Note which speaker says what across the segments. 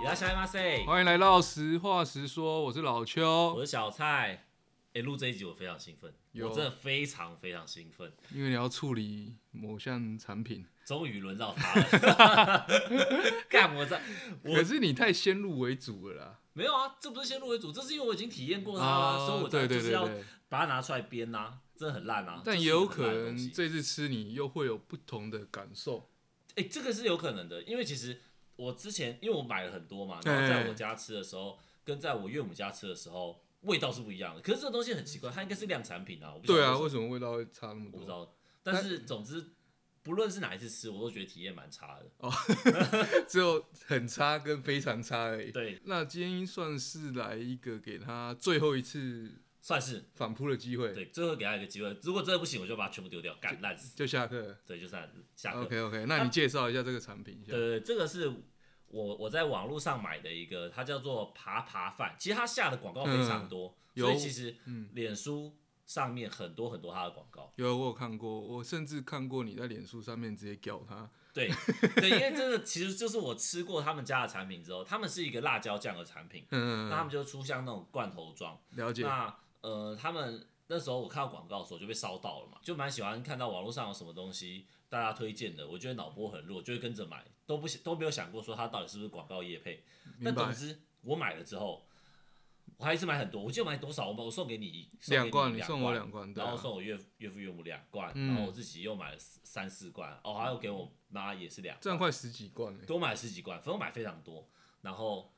Speaker 1: 伊拉下马塞，
Speaker 2: 欢迎来到实话实说，我是老
Speaker 1: 我
Speaker 2: 邱，
Speaker 1: 是小蔡。哎、录这一集我非常兴奋，
Speaker 2: 有
Speaker 1: 我真的非常非常兴奋，
Speaker 2: 因为你要处理某项产品，
Speaker 1: 终于轮到他 了。干我在我
Speaker 2: 可是你太先入为主了啦。
Speaker 1: 没有啊，这不是先入为主，这是因为我已经体验过它了、
Speaker 2: 啊
Speaker 1: 所以我才
Speaker 2: 对
Speaker 1: 就
Speaker 2: 对
Speaker 1: 是
Speaker 2: 对
Speaker 1: 要
Speaker 2: 对，
Speaker 1: 把它拿出来编呐、啊，真的很烂啊。
Speaker 2: 但
Speaker 1: 这是
Speaker 2: 也有
Speaker 1: 一个很
Speaker 2: 可
Speaker 1: 烂的东
Speaker 2: 能
Speaker 1: 西
Speaker 2: 这次吃你又会有不同的感受。
Speaker 1: 哎、这个是有可能的，因为其实我之前因为我买了很多嘛，
Speaker 2: 对
Speaker 1: 然后在我家吃的时候，跟在我岳母家吃的时候味道是不一样的。可是这个东西很奇怪，它应该是量产品啊，我不晓得
Speaker 2: 对啊，
Speaker 1: 为
Speaker 2: 为
Speaker 1: 什么
Speaker 2: 什么味道会差那么
Speaker 1: 我不知
Speaker 2: 多？
Speaker 1: 道。但是总之，不论是哪一次吃，我都觉得体验蛮差的。
Speaker 2: 只有很差跟非常差而已。
Speaker 1: 对，
Speaker 2: 那今天算是来一个给他最后一次
Speaker 1: 算是
Speaker 2: 反扑的机会，
Speaker 1: 对，最后给他一个机会，如果真的不行，我就把它全部丢掉，干烂死。
Speaker 2: 就下课。
Speaker 1: 对，就算下课。
Speaker 2: OK OK，那你介绍一下这个产品一下
Speaker 1: 对。对，对这个是我我在网络上买的一个，它叫做爬爬饭。其实它下的广告非常多，
Speaker 2: 嗯
Speaker 1: 所以
Speaker 2: 有
Speaker 1: 其实脸书上面很多很多它的广告。
Speaker 2: 有我有看过，我甚至看过你在脸书上面直接屌他。
Speaker 1: 对 对，因为这个其实就是我吃过他们家的产品之后，他们是一个辣椒酱的产品，
Speaker 2: 嗯，
Speaker 1: 那他们就出像那种罐头装。
Speaker 2: 了解。
Speaker 1: 那呃，他们那时候我看到广告的时候就被烧到了嘛，就蛮喜欢看到网络上有什么东西大家推荐的，我觉得脑波很弱，就会跟着买，都不都没有想过说它到底是不是广告业配。但
Speaker 2: 明白
Speaker 1: 总之我买了之后，我还是买很多，我记得买多少，我我送给你一送给
Speaker 2: 两罐，
Speaker 1: 你
Speaker 2: 你
Speaker 1: 两
Speaker 2: 送我两罐，对
Speaker 1: 然
Speaker 2: 啊
Speaker 1: 后送我岳父岳父岳母两罐，
Speaker 2: 嗯
Speaker 1: 然后我自己又买了四三四罐，哦，还有给我妈也是两
Speaker 2: 这
Speaker 1: 罐
Speaker 2: 样，快十几罐欸了。
Speaker 1: 给我买了十几罐，反正我买非常多，然后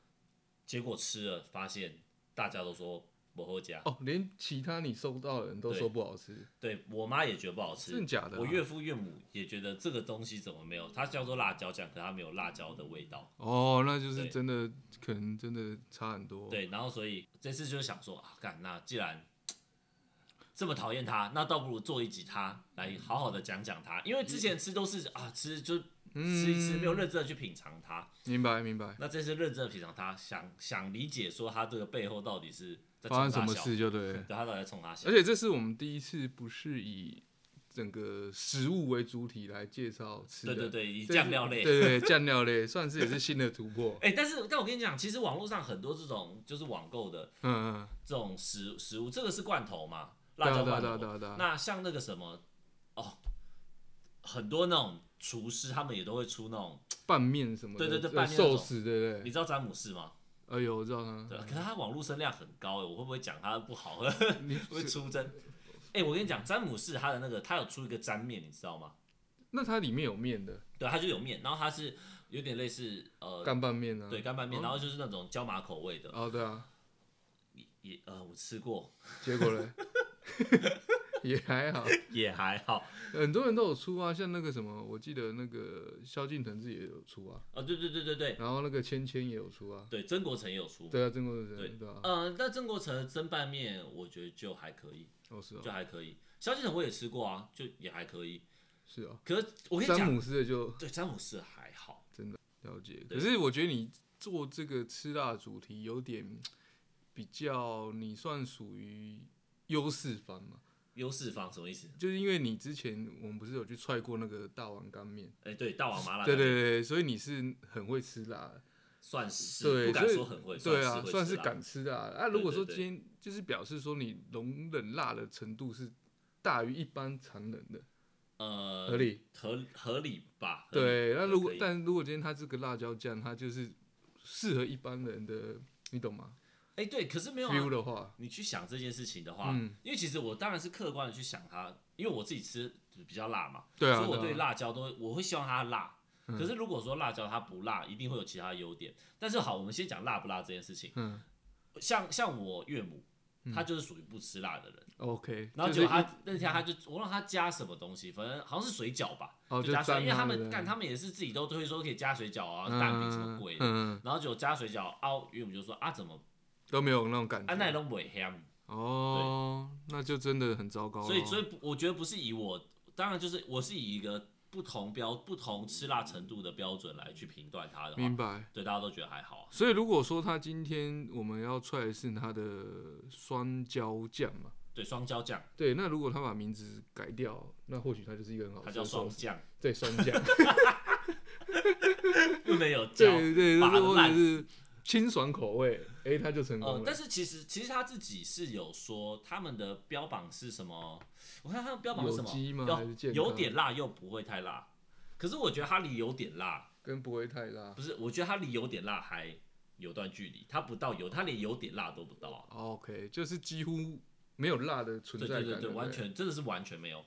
Speaker 1: 结果吃了发现大家都说不啊喝加。
Speaker 2: 哦，连其他你收到的人都
Speaker 1: 对
Speaker 2: 说不好吃，
Speaker 1: 对我妈也觉得不好吃，
Speaker 2: 真的假的啊
Speaker 1: 我岳父岳母也觉得这个东西怎么没有？它叫做辣椒酱，可它没有辣椒的味道。
Speaker 2: 哦，那就是
Speaker 1: 对
Speaker 2: 真的，可能真的差很多。，
Speaker 1: 对，然后所以这次就想说啊，干那既然这么讨厌它，那倒不如做一集它来好好的讲讲它，因为之前吃都是啊吃就吃一吃，没有认真的去品尝它。
Speaker 2: 嗯明白明白，
Speaker 1: 那这次认真的品尝它，想想理解说它这个背后到底是在
Speaker 2: 发
Speaker 1: 冲
Speaker 2: 生什
Speaker 1: 啥
Speaker 2: 么
Speaker 1: 小？
Speaker 2: 事就对了。
Speaker 1: 对，它到底在冲它小
Speaker 2: 而？且这是我们第一次不是以整个食物为主体来介绍吃的，
Speaker 1: 对对对，以
Speaker 2: 这是
Speaker 1: 酱料类。
Speaker 2: 对对酱料类算是也是新的突 破。
Speaker 1: 哎、但是但我跟你讲，其实网络上很多这种就是网购的
Speaker 2: 嗯嗯，
Speaker 1: 这种食食物，这个是罐头嘛，
Speaker 2: 对
Speaker 1: 辣
Speaker 2: 啊
Speaker 1: 椒
Speaker 2: 对啊
Speaker 1: 罐
Speaker 2: 对啊
Speaker 1: 头。
Speaker 2: 对啊对啊，
Speaker 1: 那像那个什么，哦，很多那种厨师他们也都会出那种，
Speaker 2: 拌面什么的，
Speaker 1: 对对对
Speaker 2: 呃
Speaker 1: 拌面那
Speaker 2: 寿
Speaker 1: 种
Speaker 2: 司对不
Speaker 1: 你
Speaker 2: 对？
Speaker 1: 知道詹姆士吗？
Speaker 2: 哎呦，我知道他，
Speaker 1: 对，可是他网络声量很高耶，我会不会讲他不 好？
Speaker 2: 你
Speaker 1: 会出征？哎、我跟你讲，詹姆士他的那个，他有出一个沾面，你知道吗？
Speaker 2: 那它里面有面的
Speaker 1: 对，他就有面，然后他是有点类似呃，
Speaker 2: 干拌面啊，
Speaker 1: 对，干拌面，然后就是那种椒麻口味的，
Speaker 2: 哦对啊，
Speaker 1: 也也呃，我吃过，
Speaker 2: 结果嘞， 也还好，
Speaker 1: 也还好。
Speaker 2: 很多人都有出啊，像那个什么，我记得那个萧敬腾自己也有出啊，
Speaker 1: 哦，对对对对对
Speaker 2: 然后那个芊芊也有出啊，
Speaker 1: 对，曾国成也有出。
Speaker 2: 对啊，郑国成
Speaker 1: 对
Speaker 2: 对啊，
Speaker 1: 呃，但曾国成的蒸拌面，我觉得就还可以，
Speaker 2: 哦是
Speaker 1: 就
Speaker 2: 啊
Speaker 1: 还可以。萧敬腾我也吃过啊，就也还可以。
Speaker 2: 是啊，
Speaker 1: 可是我跟你
Speaker 2: 詹
Speaker 1: 讲，
Speaker 2: 姆斯的就
Speaker 1: 对詹姆斯还好，
Speaker 2: 了解，
Speaker 1: 对
Speaker 2: 可是我觉得你做这个吃辣的主题有点比较，你算属于优势方嘛，
Speaker 1: 优势方什么意思？
Speaker 2: 就是因为你之前我们不是有去踹过那个大碗干面，
Speaker 1: 哎、对，大王麻辣
Speaker 2: 对
Speaker 1: 干
Speaker 2: 对
Speaker 1: 面，
Speaker 2: 对，所以你是很会吃辣的。
Speaker 1: 算是
Speaker 2: 对，
Speaker 1: 不敢
Speaker 2: 所以
Speaker 1: 说很会，
Speaker 2: 对
Speaker 1: 是
Speaker 2: 啊
Speaker 1: 会，
Speaker 2: 算
Speaker 1: 吃
Speaker 2: 是
Speaker 1: 辣。
Speaker 2: 敢吃辣的啊。
Speaker 1: 对
Speaker 2: 如果
Speaker 1: 对
Speaker 2: 说
Speaker 1: 对
Speaker 2: 今天就是表示说你容忍辣的程度是大于一般常人的，
Speaker 1: 呃，
Speaker 2: 合理。
Speaker 1: 合合理吧？合理
Speaker 2: 对，那如果
Speaker 1: 可以
Speaker 2: 但如果今天它这个辣椒酱，它就是适合一般人的，你懂吗
Speaker 1: 哎、对，可是没有、
Speaker 2: ？feel
Speaker 1: 啊。
Speaker 2: 的话，
Speaker 1: 你去想这件事情的话，
Speaker 2: 嗯
Speaker 1: 因为其实我当然是客观的去想它，因为我自己吃比较辣嘛，
Speaker 2: 对啊
Speaker 1: 所以我
Speaker 2: 对啊嗯
Speaker 1: 对辣椒都会我会希望它辣。可是如果说辣椒它不辣，一定会有其他优点。但是好，我们先讲辣不辣这件事情。
Speaker 2: 嗯
Speaker 1: 像像我岳母，她就是属于不吃辣的人，
Speaker 2: ，OK，
Speaker 1: 然后
Speaker 2: 嗯就
Speaker 1: 结果
Speaker 2: 是一
Speaker 1: 她那天她就我让她加什么东西，反正好像是水饺吧，
Speaker 2: 哦
Speaker 1: 加水，
Speaker 2: 就沾
Speaker 1: 因为他
Speaker 2: 它对
Speaker 1: 们
Speaker 2: 不对
Speaker 1: 干他们也是自己都都会说可以加水饺啊、蛋饼什么鬼的，
Speaker 2: 嗯嗯，嗯嗯
Speaker 1: 然后就加水饺，啊岳母就说啊怎么
Speaker 2: 都没有那种感
Speaker 1: 啊那
Speaker 2: 觉。
Speaker 1: 都不会香。
Speaker 2: 哦，那就真的很糟糕咯。
Speaker 1: 所以，所以不我觉得不是以我，当然就是我是以一个不同标、不同吃辣程度的标准来去评断它的
Speaker 2: 明
Speaker 1: 话，
Speaker 2: 白。
Speaker 1: 对大家都觉得还好啊。
Speaker 2: 所以如果说它今天我们要踹的是它的酸椒酱嘛。
Speaker 1: 对，双椒酱，
Speaker 2: 对，那如果他把名字改哦 掉，那或许它就是一个很好
Speaker 1: 它
Speaker 2: 吃
Speaker 1: 叫
Speaker 2: 的
Speaker 1: 双
Speaker 2: 寿司。
Speaker 1: 酱，
Speaker 2: 对，双酱。
Speaker 1: 不能 有胶。
Speaker 2: 对对，
Speaker 1: 把它
Speaker 2: 对，或者
Speaker 1: 烂
Speaker 2: 是清爽口味，哎、它就成
Speaker 1: 呃
Speaker 2: 功，了。
Speaker 1: 但是其实其实他自己是有说他们的标榜是什么？我看他们标榜是什
Speaker 2: 有机吗
Speaker 1: 么？
Speaker 2: 还是
Speaker 1: 有
Speaker 2: 健
Speaker 1: 有
Speaker 2: 康
Speaker 1: 点辣又不会太辣，可是我觉得它离有点辣
Speaker 2: 跟不会太辣
Speaker 1: 不是，我觉得它离有点辣还有段距离，它不到有，它连有点辣都不到。啊
Speaker 2: ，OK，就是几乎没有辣的存
Speaker 1: 对
Speaker 2: 在
Speaker 1: 对对
Speaker 2: 感，对嗯
Speaker 1: 对，
Speaker 2: 不
Speaker 1: 完全真的是完全没有。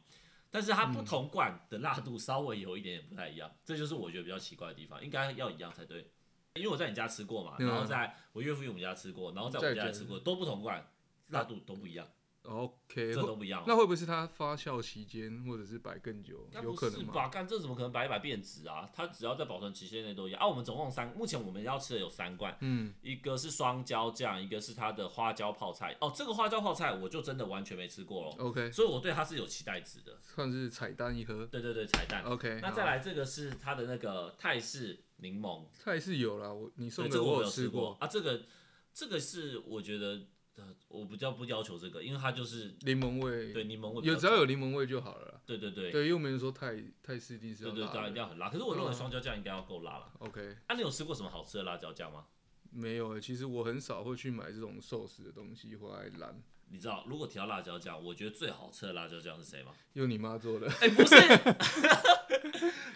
Speaker 1: 但是它不同罐的辣度稍微有一点点不太一样，这就是我觉得比较奇怪的地方，应该要一样才对。因为我在你家吃过嘛，
Speaker 2: 嗯
Speaker 1: 然后在我岳父岳母家吃过，然后在
Speaker 2: 在
Speaker 1: 我家
Speaker 2: 家
Speaker 1: 也吃过，都不同罐，辣度都不一样，
Speaker 2: OK，
Speaker 1: 这
Speaker 2: 会
Speaker 1: 都不一样。
Speaker 2: 那会不会是它发酵期间或者是摆更久
Speaker 1: 应该，
Speaker 2: 有
Speaker 1: 不
Speaker 2: 可
Speaker 1: 是
Speaker 2: 能吗？
Speaker 1: 吧？干这怎么可能摆一摆变质啊？它只要在保存期限内都一样啊。我们总共三，目前我们要吃的有三罐，
Speaker 2: 嗯，
Speaker 1: 一个是双椒酱，一个是它的花椒泡菜。哦，这个花椒泡菜我就真的完全没吃过了，
Speaker 2: OK，
Speaker 1: 所以我对它是有期待值的。
Speaker 2: 算是彩蛋一盒。
Speaker 1: 对对对，彩蛋。
Speaker 2: OK，
Speaker 1: 那
Speaker 2: 好
Speaker 1: 再来这个是它的那个泰式柠檬，
Speaker 2: 菜是有啦，我你
Speaker 1: 对，
Speaker 2: 送
Speaker 1: 这
Speaker 2: 的
Speaker 1: 个我没
Speaker 2: 有
Speaker 1: 有吃
Speaker 2: 过，
Speaker 1: 啊。这个这个是我觉得呃，我比较不要求这个，因为它就是
Speaker 2: 柠檬味，
Speaker 1: 对柠檬味比较
Speaker 2: 有只要有柠檬味就好了啦。
Speaker 1: 对对对对
Speaker 2: 对，又没人说泰泰式地是
Speaker 1: 对
Speaker 2: 要
Speaker 1: 对，
Speaker 2: 辣
Speaker 1: 当然一定
Speaker 2: 的。
Speaker 1: 要很辣。可是我认为
Speaker 2: 嗯
Speaker 1: 双椒酱应该要够辣了。
Speaker 2: OK，
Speaker 1: 啊，你有吃过什么好吃的辣椒酱吗？
Speaker 2: 没有欸，其实我很少会去买这种寿司的东西回来懒，
Speaker 1: 你知道，如果提到辣椒酱，我觉得最好吃的辣椒酱是谁 吗？
Speaker 2: 用你 妈做的
Speaker 1: 哎、不是，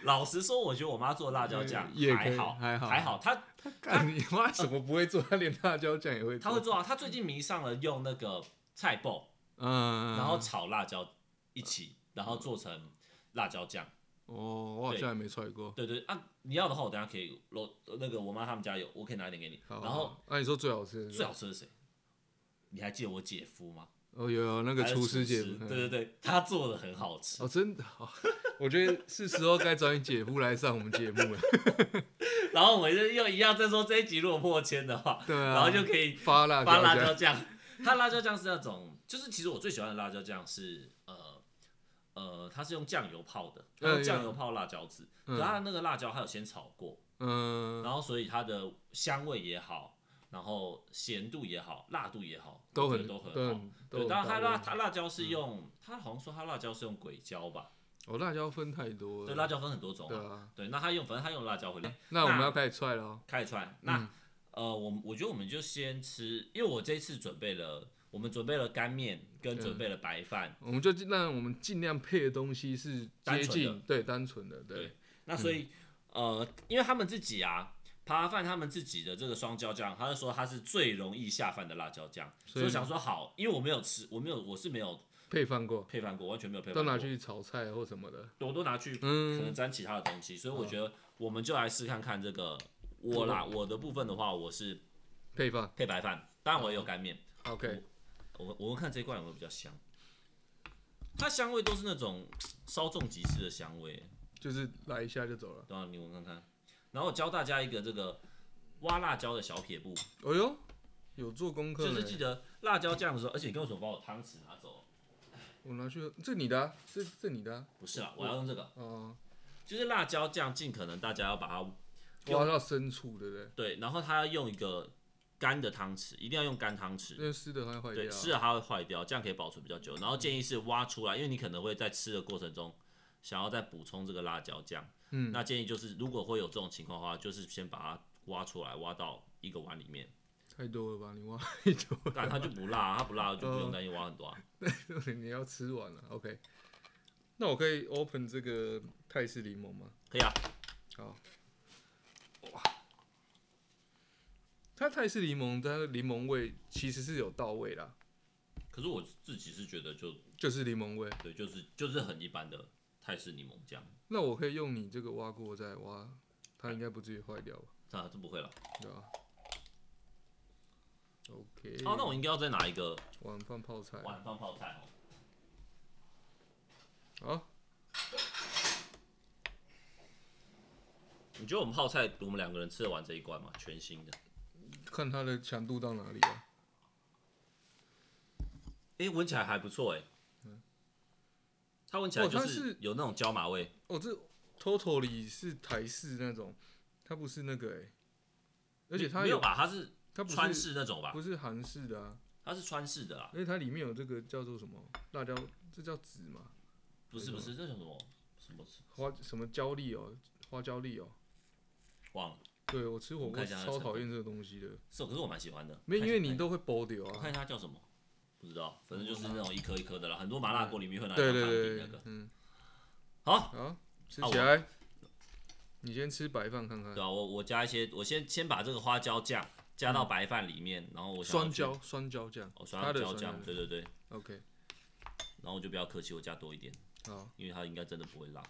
Speaker 1: 老实说，我觉得我妈做的辣椒酱
Speaker 2: 也可
Speaker 1: 还
Speaker 2: 以
Speaker 1: 好，
Speaker 2: 还好
Speaker 1: 还好。她
Speaker 2: 干你妈怎么不会做？他连辣椒酱也会
Speaker 1: 她
Speaker 2: 做。
Speaker 1: 会做啊，她最近迷上了用那个菜爆，
Speaker 2: 嗯，
Speaker 1: 然后炒辣椒一起，然后做成辣椒酱。
Speaker 2: 哦，我好像还没踹过。
Speaker 1: 对对啊，你要的话，我等一下可以我那个我妈他们家有，我可以拿一点给你。
Speaker 2: 好，
Speaker 1: 然后
Speaker 2: 好那你说最好吃的
Speaker 1: 最
Speaker 2: 是什么？
Speaker 1: 好吃的是谁？你还记得我姐夫吗？
Speaker 2: 哦，有有那个
Speaker 1: 还是
Speaker 2: 厨师姐
Speaker 1: 厨
Speaker 2: 夫，嗯
Speaker 1: 对对对，他做的很好吃。
Speaker 2: 哦，真的，哦 我觉得是时候该找你姐夫来上我们节目了。
Speaker 1: 然后我们就又一样在说这一集如果破千的话，
Speaker 2: 对啊，
Speaker 1: 然后就可以
Speaker 2: 发辣
Speaker 1: 发辣
Speaker 2: 椒
Speaker 1: 椒
Speaker 2: 酱，
Speaker 1: 酱。它辣椒酱是那种，就是其实我最喜欢的辣椒酱是呃呃，它是用酱油泡的，它用
Speaker 2: 嗯
Speaker 1: 酱油泡辣椒籽，可它的那个辣椒还有先炒过，
Speaker 2: 嗯，
Speaker 1: 然后所以它的香味也好，然后咸度也好，辣度也好，我
Speaker 2: 都
Speaker 1: 觉
Speaker 2: 很
Speaker 1: 得都很
Speaker 2: 都
Speaker 1: 好。
Speaker 2: 很都
Speaker 1: 对，
Speaker 2: 很嗯
Speaker 1: 当然它
Speaker 2: 到
Speaker 1: 辣
Speaker 2: 位
Speaker 1: 它辣椒是用，它好像说它辣椒是用鬼椒吧？
Speaker 2: 哦，辣椒分太多了，
Speaker 1: 对，辣椒分很多种
Speaker 2: 对
Speaker 1: 啊。
Speaker 2: 啊。
Speaker 1: 对，那它用反正它用辣椒会
Speaker 2: 那我们
Speaker 1: 那
Speaker 2: 要开始踹了哦，
Speaker 1: 开出来。那、呃，我们我觉得我们就先吃，因为我这一次准备了，我们准备了干面跟准备了白饭，
Speaker 2: 我们就尽让我们尽量配的东西是接
Speaker 1: 单纯的
Speaker 2: 近对单纯的，对
Speaker 1: 对，那所以、呃，因为他们自己啊。扒饭他们自己的这个双椒酱，他就说它是最容易下饭的辣椒酱，
Speaker 2: 所
Speaker 1: 所
Speaker 2: 以
Speaker 1: 以我想说好，因为我没有吃，我没有，我是没有
Speaker 2: 配饭过
Speaker 1: 配饭过，完全没有配饭
Speaker 2: 都
Speaker 1: 过，
Speaker 2: 拿去炒菜或什么的，
Speaker 1: 我都拿去可
Speaker 2: 嗯，
Speaker 1: 能沾其他的东西，所以我觉得我们就来试看看这个我啦，
Speaker 2: 嗯
Speaker 1: 我的部分的话，我是
Speaker 2: 配饭
Speaker 1: 配白饭，当然我也有干面，嗯
Speaker 2: ，OK，
Speaker 1: 我们我们看这一罐有没有比较香，它香味都是那种稍纵即逝的香味，
Speaker 2: 就是来一下就走了。
Speaker 1: 对吧、你闻看看。然后我教大家一个这个挖辣椒的小撇步，
Speaker 2: 哎呦，有做功课欸
Speaker 1: 就
Speaker 2: 呢，
Speaker 1: 是记得辣椒酱的时候，而且你跟我说把我汤匙拿走了，
Speaker 2: 我拿去，这你的啊，这这你的啊，
Speaker 1: 不是啦，我要用这个，
Speaker 2: 哦，
Speaker 1: 就是辣椒酱，尽可能大家要把它
Speaker 2: 挖到深处，对不对？
Speaker 1: 对，然后它要用一个干的汤匙，一定要用干汤匙
Speaker 2: 因。为湿的会坏掉
Speaker 1: 对，
Speaker 2: 啊。
Speaker 1: 吃了它会坏掉，这样可以保存比较
Speaker 2: 嗯
Speaker 1: 久。然后建议是挖出来，因为你可能会在吃的过程中想要再补充这个辣椒酱。
Speaker 2: 嗯
Speaker 1: 那建议就是如果会有这种情况的话，就是先把它挖出来，挖到一个碗里面，
Speaker 2: 太多了吧？你挖太多
Speaker 1: 但它就不辣啊、它不辣就不
Speaker 2: 嗯
Speaker 1: 用担心挖很多、啊。
Speaker 2: 了， 你要吃完了。OK，那我可以 open 这个泰式柠檬吗？
Speaker 1: 可以啊，
Speaker 2: 它泰式柠檬，它的柠檬味其实是有到位啦，
Speaker 1: 可是我自己是觉得就
Speaker 2: 就是柠檬味。
Speaker 1: 对，就是就是很一般的泰式柠檬酱，
Speaker 2: 那我可以用你这个挖过再挖，它应该不至于坏掉吧？
Speaker 1: 那这不会了。
Speaker 2: 对吧？OK，
Speaker 1: 哦，那我应该要再拿一个
Speaker 2: 晚饭泡菜，
Speaker 1: 碗放泡菜哦。
Speaker 2: 好，
Speaker 1: 你觉得我们泡菜，我们两个人吃得完这一罐吗？全新的？
Speaker 2: 看它的强度到哪里啊？
Speaker 1: 诶，闻起来还不错诶。它闻起来
Speaker 2: 嗯哦
Speaker 1: 就
Speaker 2: 它
Speaker 1: 是
Speaker 2: 是
Speaker 1: 有那种椒麻味，
Speaker 2: 哦，这 totally 是台式那种，它不是那个哎、而且它
Speaker 1: 没有吧？它是
Speaker 2: 它不
Speaker 1: 川
Speaker 2: 是
Speaker 1: 式那啊种吧？
Speaker 2: 不是韩式的啊，
Speaker 1: 它是川式的啦，
Speaker 2: 因为它里面有这个叫做什么辣椒，这叫籽嘛，
Speaker 1: 不是不是，这叫什么什么？
Speaker 2: 花什么椒粒哦，花椒粒哦，
Speaker 1: 忘了，
Speaker 2: 对我吃火
Speaker 1: 我们看
Speaker 2: 锅
Speaker 1: 一下它的
Speaker 2: 超
Speaker 1: 成
Speaker 2: 讨厌这个东西的，
Speaker 1: 是，哦可是我蛮喜欢的。
Speaker 2: 没有因为你
Speaker 1: 看一下
Speaker 2: 都会包掉
Speaker 1: 我
Speaker 2: 啊。
Speaker 1: 看它叫什么，不知道，反正就是那种一颗一颗的啦，很多麻辣锅里面会拿来
Speaker 2: 对
Speaker 1: 当
Speaker 2: 对
Speaker 1: 汤
Speaker 2: 对
Speaker 1: 底
Speaker 2: 对
Speaker 1: 那，个。
Speaker 2: 嗯，
Speaker 1: 好，
Speaker 2: 好，吃
Speaker 1: 啊
Speaker 2: 起
Speaker 1: 我
Speaker 2: 来。你先吃白饭看看
Speaker 1: 对，啊，我我加一些，我先先把这个花椒酱加到白饭里面，然后我想要
Speaker 2: 嗯酸
Speaker 1: 去
Speaker 2: 椒酸椒酱，
Speaker 1: 哦
Speaker 2: 它
Speaker 1: 酸
Speaker 2: 的
Speaker 1: 椒
Speaker 2: 酸椒
Speaker 1: 酱，对对对，
Speaker 2: ，OK，
Speaker 1: 然后我就比较客气，我加多一点，
Speaker 2: 好，
Speaker 1: 因为它应该真的不会辣。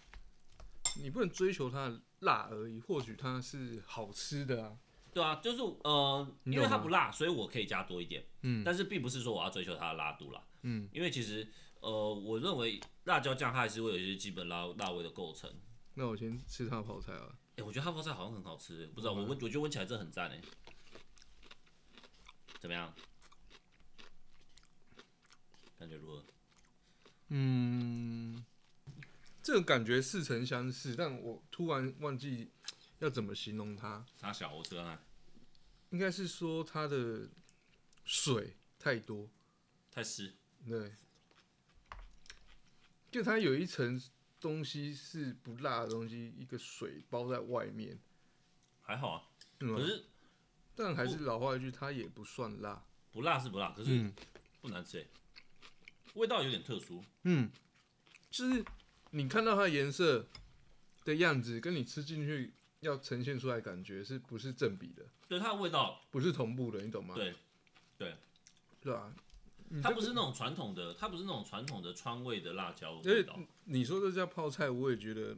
Speaker 2: 你不能追求它的辣而已，或许它是好吃的啊，
Speaker 1: 对啊，就是呃，
Speaker 2: 你
Speaker 1: 因
Speaker 2: 懂
Speaker 1: 为它
Speaker 2: 吗
Speaker 1: 不辣，所以我可以加多一点。
Speaker 2: 嗯
Speaker 1: 但是并不是说我要追求它的辣度啦。
Speaker 2: 嗯，
Speaker 1: 因为其实呃，我认为辣椒酱它还是会有一些基本辣辣味的构成。
Speaker 2: 那我先吃它的泡菜啊，
Speaker 1: 哎、我觉得汉堡菜好像很好吃、欸不知
Speaker 2: 嗯
Speaker 1: 道我闻，我觉得闻起来真的很赞哎、怎么样？感觉如何？
Speaker 2: 嗯，这个感觉似曾相识，但我突然忘记要怎么形容它，
Speaker 1: 它小，我吃看看，
Speaker 2: 应该是说它的水太多，
Speaker 1: 太湿。
Speaker 2: 对，就它有一层东西是不辣的东西，一个水包在外面，
Speaker 1: 还好啊，
Speaker 2: 嗯
Speaker 1: 可是
Speaker 2: 但还是老话一句，它也不算辣，
Speaker 1: 不辣是不辣，可是
Speaker 2: 嗯
Speaker 1: 不难吃哎、味道有点特殊，
Speaker 2: 嗯，就是你看到它的颜色的样子，跟你吃进去要呈现出来的感觉是不是正比的？
Speaker 1: 对它的味道，
Speaker 2: 不是同步的，你懂吗？
Speaker 1: 对对，
Speaker 2: 对啊，
Speaker 1: 它不是那种传统的，它不是那种传统的川味的辣椒
Speaker 2: 因
Speaker 1: 味
Speaker 2: 为
Speaker 1: 道。
Speaker 2: 你说这叫泡菜，我也觉得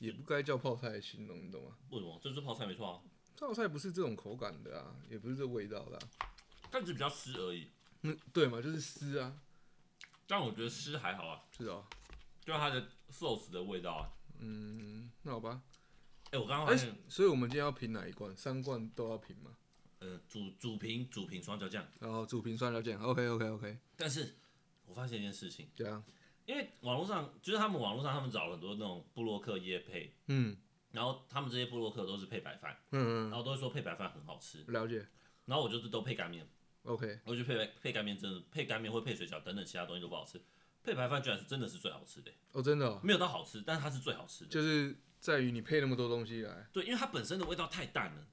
Speaker 2: 也不该叫泡菜来形容，你懂吗？
Speaker 1: 为什么？这是泡菜没错啊，
Speaker 2: 泡菜不是这种口感的啊，也不是这味道的、啊，
Speaker 1: 但只是比较湿而已。
Speaker 2: 嗯，对嘛，就是丝啊，
Speaker 1: 但我觉得湿还好啊，
Speaker 2: 是哦，
Speaker 1: 就它的 sauce 的味道啊。
Speaker 2: 嗯，那好吧，
Speaker 1: 哎、我刚刚
Speaker 2: 哎、
Speaker 1: 发现，
Speaker 2: 所以我们今天要评哪一罐？三罐都要评嘛？
Speaker 1: 呃，主主评主评双椒酱，
Speaker 2: 然后哦主评酸椒酱，OK OK OK，
Speaker 1: 但是我发现一件事情，
Speaker 2: 这样，
Speaker 1: 因为网络上就是他们网络上他们找了很多那种布洛克夜配，
Speaker 2: 嗯
Speaker 1: 然后他们这些布洛克都是配白饭，
Speaker 2: 嗯
Speaker 1: 然后都会说配白饭很好吃，
Speaker 2: 嗯，了解
Speaker 1: 然后我就是都配干面，
Speaker 2: ，OK，
Speaker 1: 我就配白配干面真的配干面会配水饺等等其他东西都不好吃，配白饭居然是真的是最好吃的，欸
Speaker 2: 哦，真的、哦，
Speaker 1: 没有到好吃，但是它是最好吃的，
Speaker 2: 就是在于你配那么多东西来，
Speaker 1: 对，因为它本身的味道太淡了。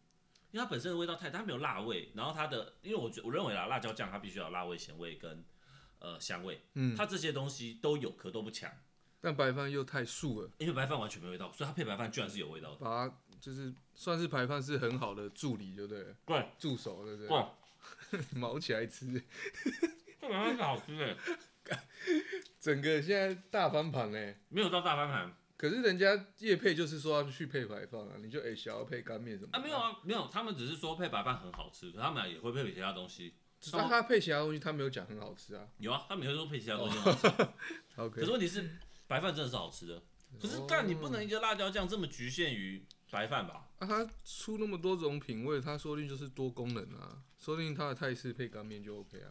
Speaker 1: 因为它本身的味道太淡，它没有辣味，然后它的，因为我觉我认为啦，辣椒酱它必须要有辣味、咸味跟呃香味，
Speaker 2: 嗯，
Speaker 1: 它这些东西都有，可都不强。
Speaker 2: 但白饭又太素了，
Speaker 1: 因为白饭完全没味道，所以它配白饭居然是有味道的。
Speaker 2: 把它就是算是白饭是很好的助理，就对了，
Speaker 1: 对
Speaker 2: 助手，对不对？
Speaker 1: 对，
Speaker 2: 毛起来吃，
Speaker 1: 这白饭是好吃的，
Speaker 2: 整个现在大翻盘嘞。
Speaker 1: 没有到大翻盘
Speaker 2: 可是人家叶配就是说要去配白饭啊，你就哎、想要配干面什么 的
Speaker 1: 啊，没有，啊，没有，他们只是说配白饭很好吃，可他们也会配其他东西。
Speaker 2: 只是他他配其他东西他没有讲很好吃啊。
Speaker 1: 有啊，他们也会说配其他东西很好吃，可
Speaker 2: OK，
Speaker 1: 是哦问题是白饭真的是好吃的。可是干你不能一个辣椒酱这么局限于白饭吧？
Speaker 2: 哦啊，他出那么多种品味，他说不定就是多功能啊，说不定他的泰式配干面就 OK 啊。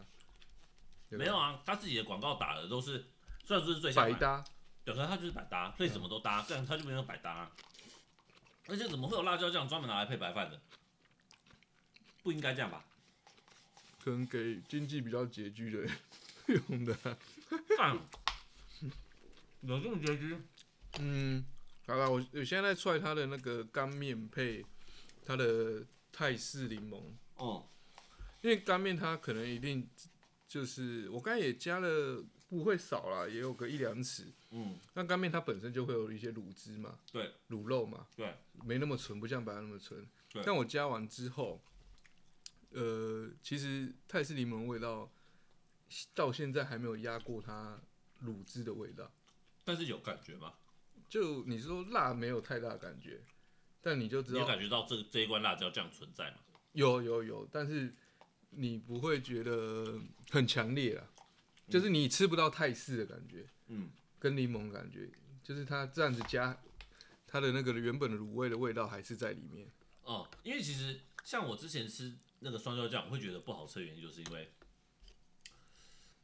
Speaker 2: 对吧
Speaker 1: 没有啊，他自己的广告打的都是，虽然说是最下
Speaker 2: 百
Speaker 1: 饭，
Speaker 2: 搭，
Speaker 1: 对，可是他就是百搭，配什么都搭，但他就没有百搭、啊。而且怎么会有辣椒酱专门拿来配白饭的？不应该这样吧？
Speaker 2: 可能给经济比较拮据的人 用的啊、
Speaker 1: 干， 有这么拮据？
Speaker 2: 嗯，好了，我我现在在踹他的那个干面配他的泰式柠檬，
Speaker 1: 哦，
Speaker 2: 因为干面它可能一定就是我刚才也加了不会少啦，也有个一两匙。
Speaker 1: 嗯，
Speaker 2: 那干面它本身就会有一些卤汁嘛，
Speaker 1: 对，
Speaker 2: 卤肉嘛，
Speaker 1: 对，
Speaker 2: 没那么纯，不像白饭那么纯
Speaker 1: 对。
Speaker 2: 但我加完之后，呃，其实泰式柠檬的味道到现在还没有压过它卤汁的味道。
Speaker 1: 但是有感觉吗？
Speaker 2: 就你说辣没有太大的感觉，但你就知
Speaker 1: 你有
Speaker 2: 道
Speaker 1: 感觉到这这一罐辣椒酱存在吗？
Speaker 2: 有有有，但是你不会觉得很强烈啦，就是你吃不到泰式的感觉，
Speaker 1: 嗯，
Speaker 2: 跟柠檬的感觉，就是它这样子加它的那个原本的卤味的味道还是在里面。
Speaker 1: 哦，因为其实像我之前吃那个双椒酱，我会觉得不好吃的原因，就是因为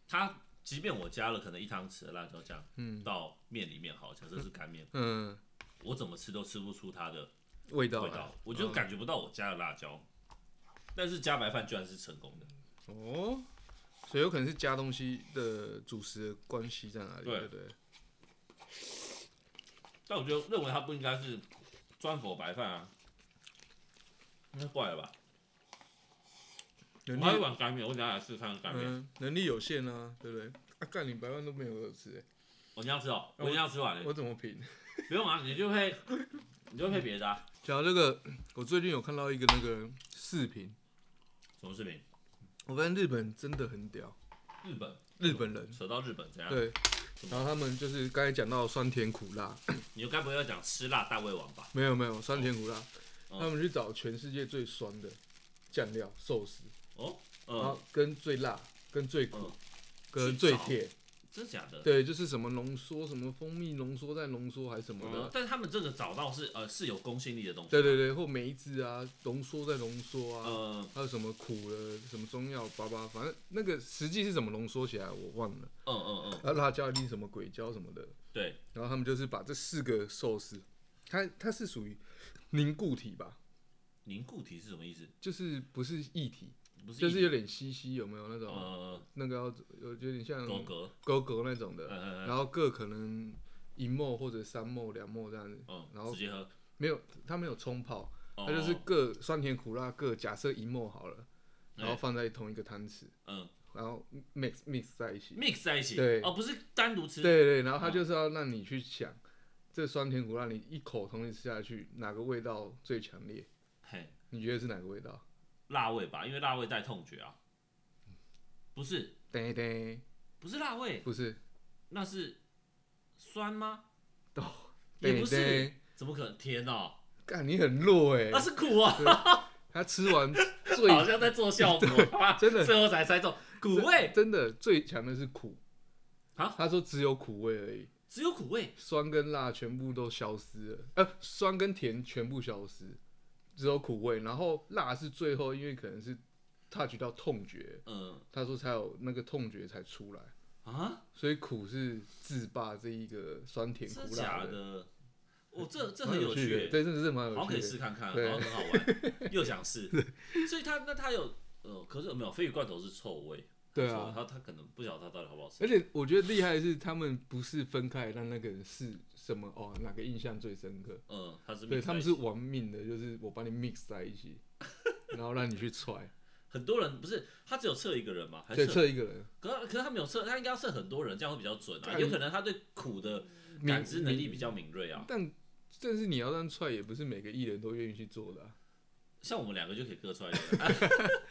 Speaker 1: 它即便我加了可能一汤匙的辣椒酱，嗯，到面里面好，假设是干面，
Speaker 2: 嗯，
Speaker 1: 我怎么吃都吃不出它的
Speaker 2: 味道啊
Speaker 1: 味
Speaker 2: 啦
Speaker 1: 道，我就感觉不到我加了辣椒。但是加白饭居然是成功的，
Speaker 2: 哦，所以有可能是加东西的主食的关系在哪里？
Speaker 1: 对
Speaker 2: 对不对？
Speaker 1: 但我觉得认为它不应该是专佛白饭啊，那怪了吧？
Speaker 2: 能
Speaker 1: 我还嗯有
Speaker 2: 力
Speaker 1: 碗干面，我等一下来试试看干面。
Speaker 2: 嗯能力有限啊，对不对？啊，干你百万都没有得吃、
Speaker 1: 我你要吃哦，我一定要吃完
Speaker 2: 欸，
Speaker 1: 了。
Speaker 2: 我怎么评？
Speaker 1: 不用啊，你就配，你就配别的啊。
Speaker 2: 讲到这个， 我最近有看到一个那个视频，
Speaker 1: 什么视频？
Speaker 2: 我发现日本真的很屌，
Speaker 1: 日本，
Speaker 2: 日本人
Speaker 1: 扯到日本怎样？
Speaker 2: 对，然后他们就是刚才讲到酸甜苦辣，
Speaker 1: 你就该不会要讲吃辣大胃王吧？
Speaker 2: 没有没有酸甜苦辣，
Speaker 1: 哦
Speaker 2: 他们去找全世界最酸的酱料寿司，
Speaker 1: 哦，
Speaker 2: 然
Speaker 1: 呃
Speaker 2: 后，跟最辣、跟最苦
Speaker 1: 嗯、
Speaker 2: 跟最甜，
Speaker 1: 真假的？
Speaker 2: 对，就是什么浓缩什么蜂蜜浓缩再浓缩还是什么
Speaker 1: 嗯
Speaker 2: 的，，
Speaker 1: 但他们这个找到是呃是有公信力的东西。
Speaker 2: 对对对，或梅子啊浓缩再浓缩啊，
Speaker 1: 呃，
Speaker 2: 还有什么苦的什么中药叭叭，反正那个实际是怎么浓缩起来我忘了，
Speaker 1: 嗯嗯嗯，
Speaker 2: 然后辣椒粒什么鬼椒什么的，
Speaker 1: 对，
Speaker 2: 然后他们就是把这四个寿司，它它是属于凝固体吧，
Speaker 1: 凝固体是什么意思？
Speaker 2: 就是不是液体，
Speaker 1: 不是
Speaker 2: 就是
Speaker 1: 一
Speaker 2: 有点稀稀，有没有那种、
Speaker 1: 呃
Speaker 2: 那个要有有点像
Speaker 1: 狗格，
Speaker 2: 勾勾那种的，
Speaker 1: 呃
Speaker 2: 然后各可能一沫或者三沫两沫这样子，
Speaker 1: 嗯，
Speaker 2: 然后
Speaker 1: 直接喝，
Speaker 2: 没有它没有冲泡，
Speaker 1: 哦
Speaker 2: 它就是各酸甜苦辣各假设一沫好了，
Speaker 1: 哎
Speaker 2: 然后放在同一个汤匙，
Speaker 1: 嗯
Speaker 2: 然后 mix mix 在一起，
Speaker 1: mix 在一起，
Speaker 2: 对
Speaker 1: 哦，不是单独吃，
Speaker 2: 对对，然后它
Speaker 1: 嗯
Speaker 2: 就是要让你去想。这酸甜苦辣，你一口同时吃下去，哪个味道最强烈？
Speaker 1: 嘿，
Speaker 2: 你觉得是哪个味道？
Speaker 1: 辣味吧，因为辣味带痛觉啊，不是
Speaker 2: 噔噔，
Speaker 1: 不是辣味，
Speaker 2: 不 是，
Speaker 1: 那是酸吗？
Speaker 2: 都
Speaker 1: 也不
Speaker 2: 噔
Speaker 1: 是
Speaker 2: 噔，
Speaker 1: 怎么可能甜哦？
Speaker 2: 干你很弱哎、
Speaker 1: 那是苦啊，
Speaker 2: 他吃完 最
Speaker 1: 好像在做效果，
Speaker 2: 真的
Speaker 1: 最后才猜中苦味，
Speaker 2: 真的最强的是苦
Speaker 1: 啊
Speaker 2: 他说只有苦味而已，
Speaker 1: 只有苦味，
Speaker 2: 酸跟辣全部都消失了，呃，酸跟甜全部消失，只有苦味。然后辣是最后，因为可能是 touch 到痛觉，
Speaker 1: 嗯
Speaker 2: 他说才有那个痛觉才出来。
Speaker 1: 啊，
Speaker 2: 所以苦是制霸这一个酸甜苦
Speaker 1: 真
Speaker 2: 辣
Speaker 1: 假
Speaker 2: 的，
Speaker 1: 的？哦，这这
Speaker 2: 蛮
Speaker 1: 很
Speaker 2: 有
Speaker 1: 有趣
Speaker 2: 的
Speaker 1: 耶，
Speaker 2: 对，这是蛮有
Speaker 1: 好像可以
Speaker 2: 趣
Speaker 1: 试
Speaker 2: 的。
Speaker 1: 看看，好
Speaker 2: 对
Speaker 1: 像很好玩，又想 试，所以他那他有呃，可是没有鲱鱼罐头是臭味，
Speaker 2: 对
Speaker 1: 所
Speaker 2: 啊哎
Speaker 1: 以，他他可能不晓得他到底好不好吃
Speaker 2: 而，且我觉得厉害的是，他们不是分开让那个人是什么哦，哪个印象最深刻？
Speaker 1: 嗯，他是
Speaker 2: 对，
Speaker 1: mix
Speaker 2: 他们
Speaker 1: 在
Speaker 2: 是
Speaker 1: 一起
Speaker 2: 玩命的，就是我把你 mix 在 一起，然后让你去踹，
Speaker 1: 很多人不是他只有测一个人嘛，还
Speaker 2: 对，
Speaker 1: 测，
Speaker 2: 测一个人，
Speaker 1: 可他可是他没有测，他应该要测很多人，这样会比较准啊，
Speaker 2: 干
Speaker 1: 有可能他对苦的
Speaker 2: 敏
Speaker 1: 感知能力
Speaker 2: 敏
Speaker 1: 比较敏锐啊，
Speaker 2: 但但是你要让踹，也不是每个艺人都愿意去做的啊、
Speaker 1: 像我们两个就可以各踹一 个，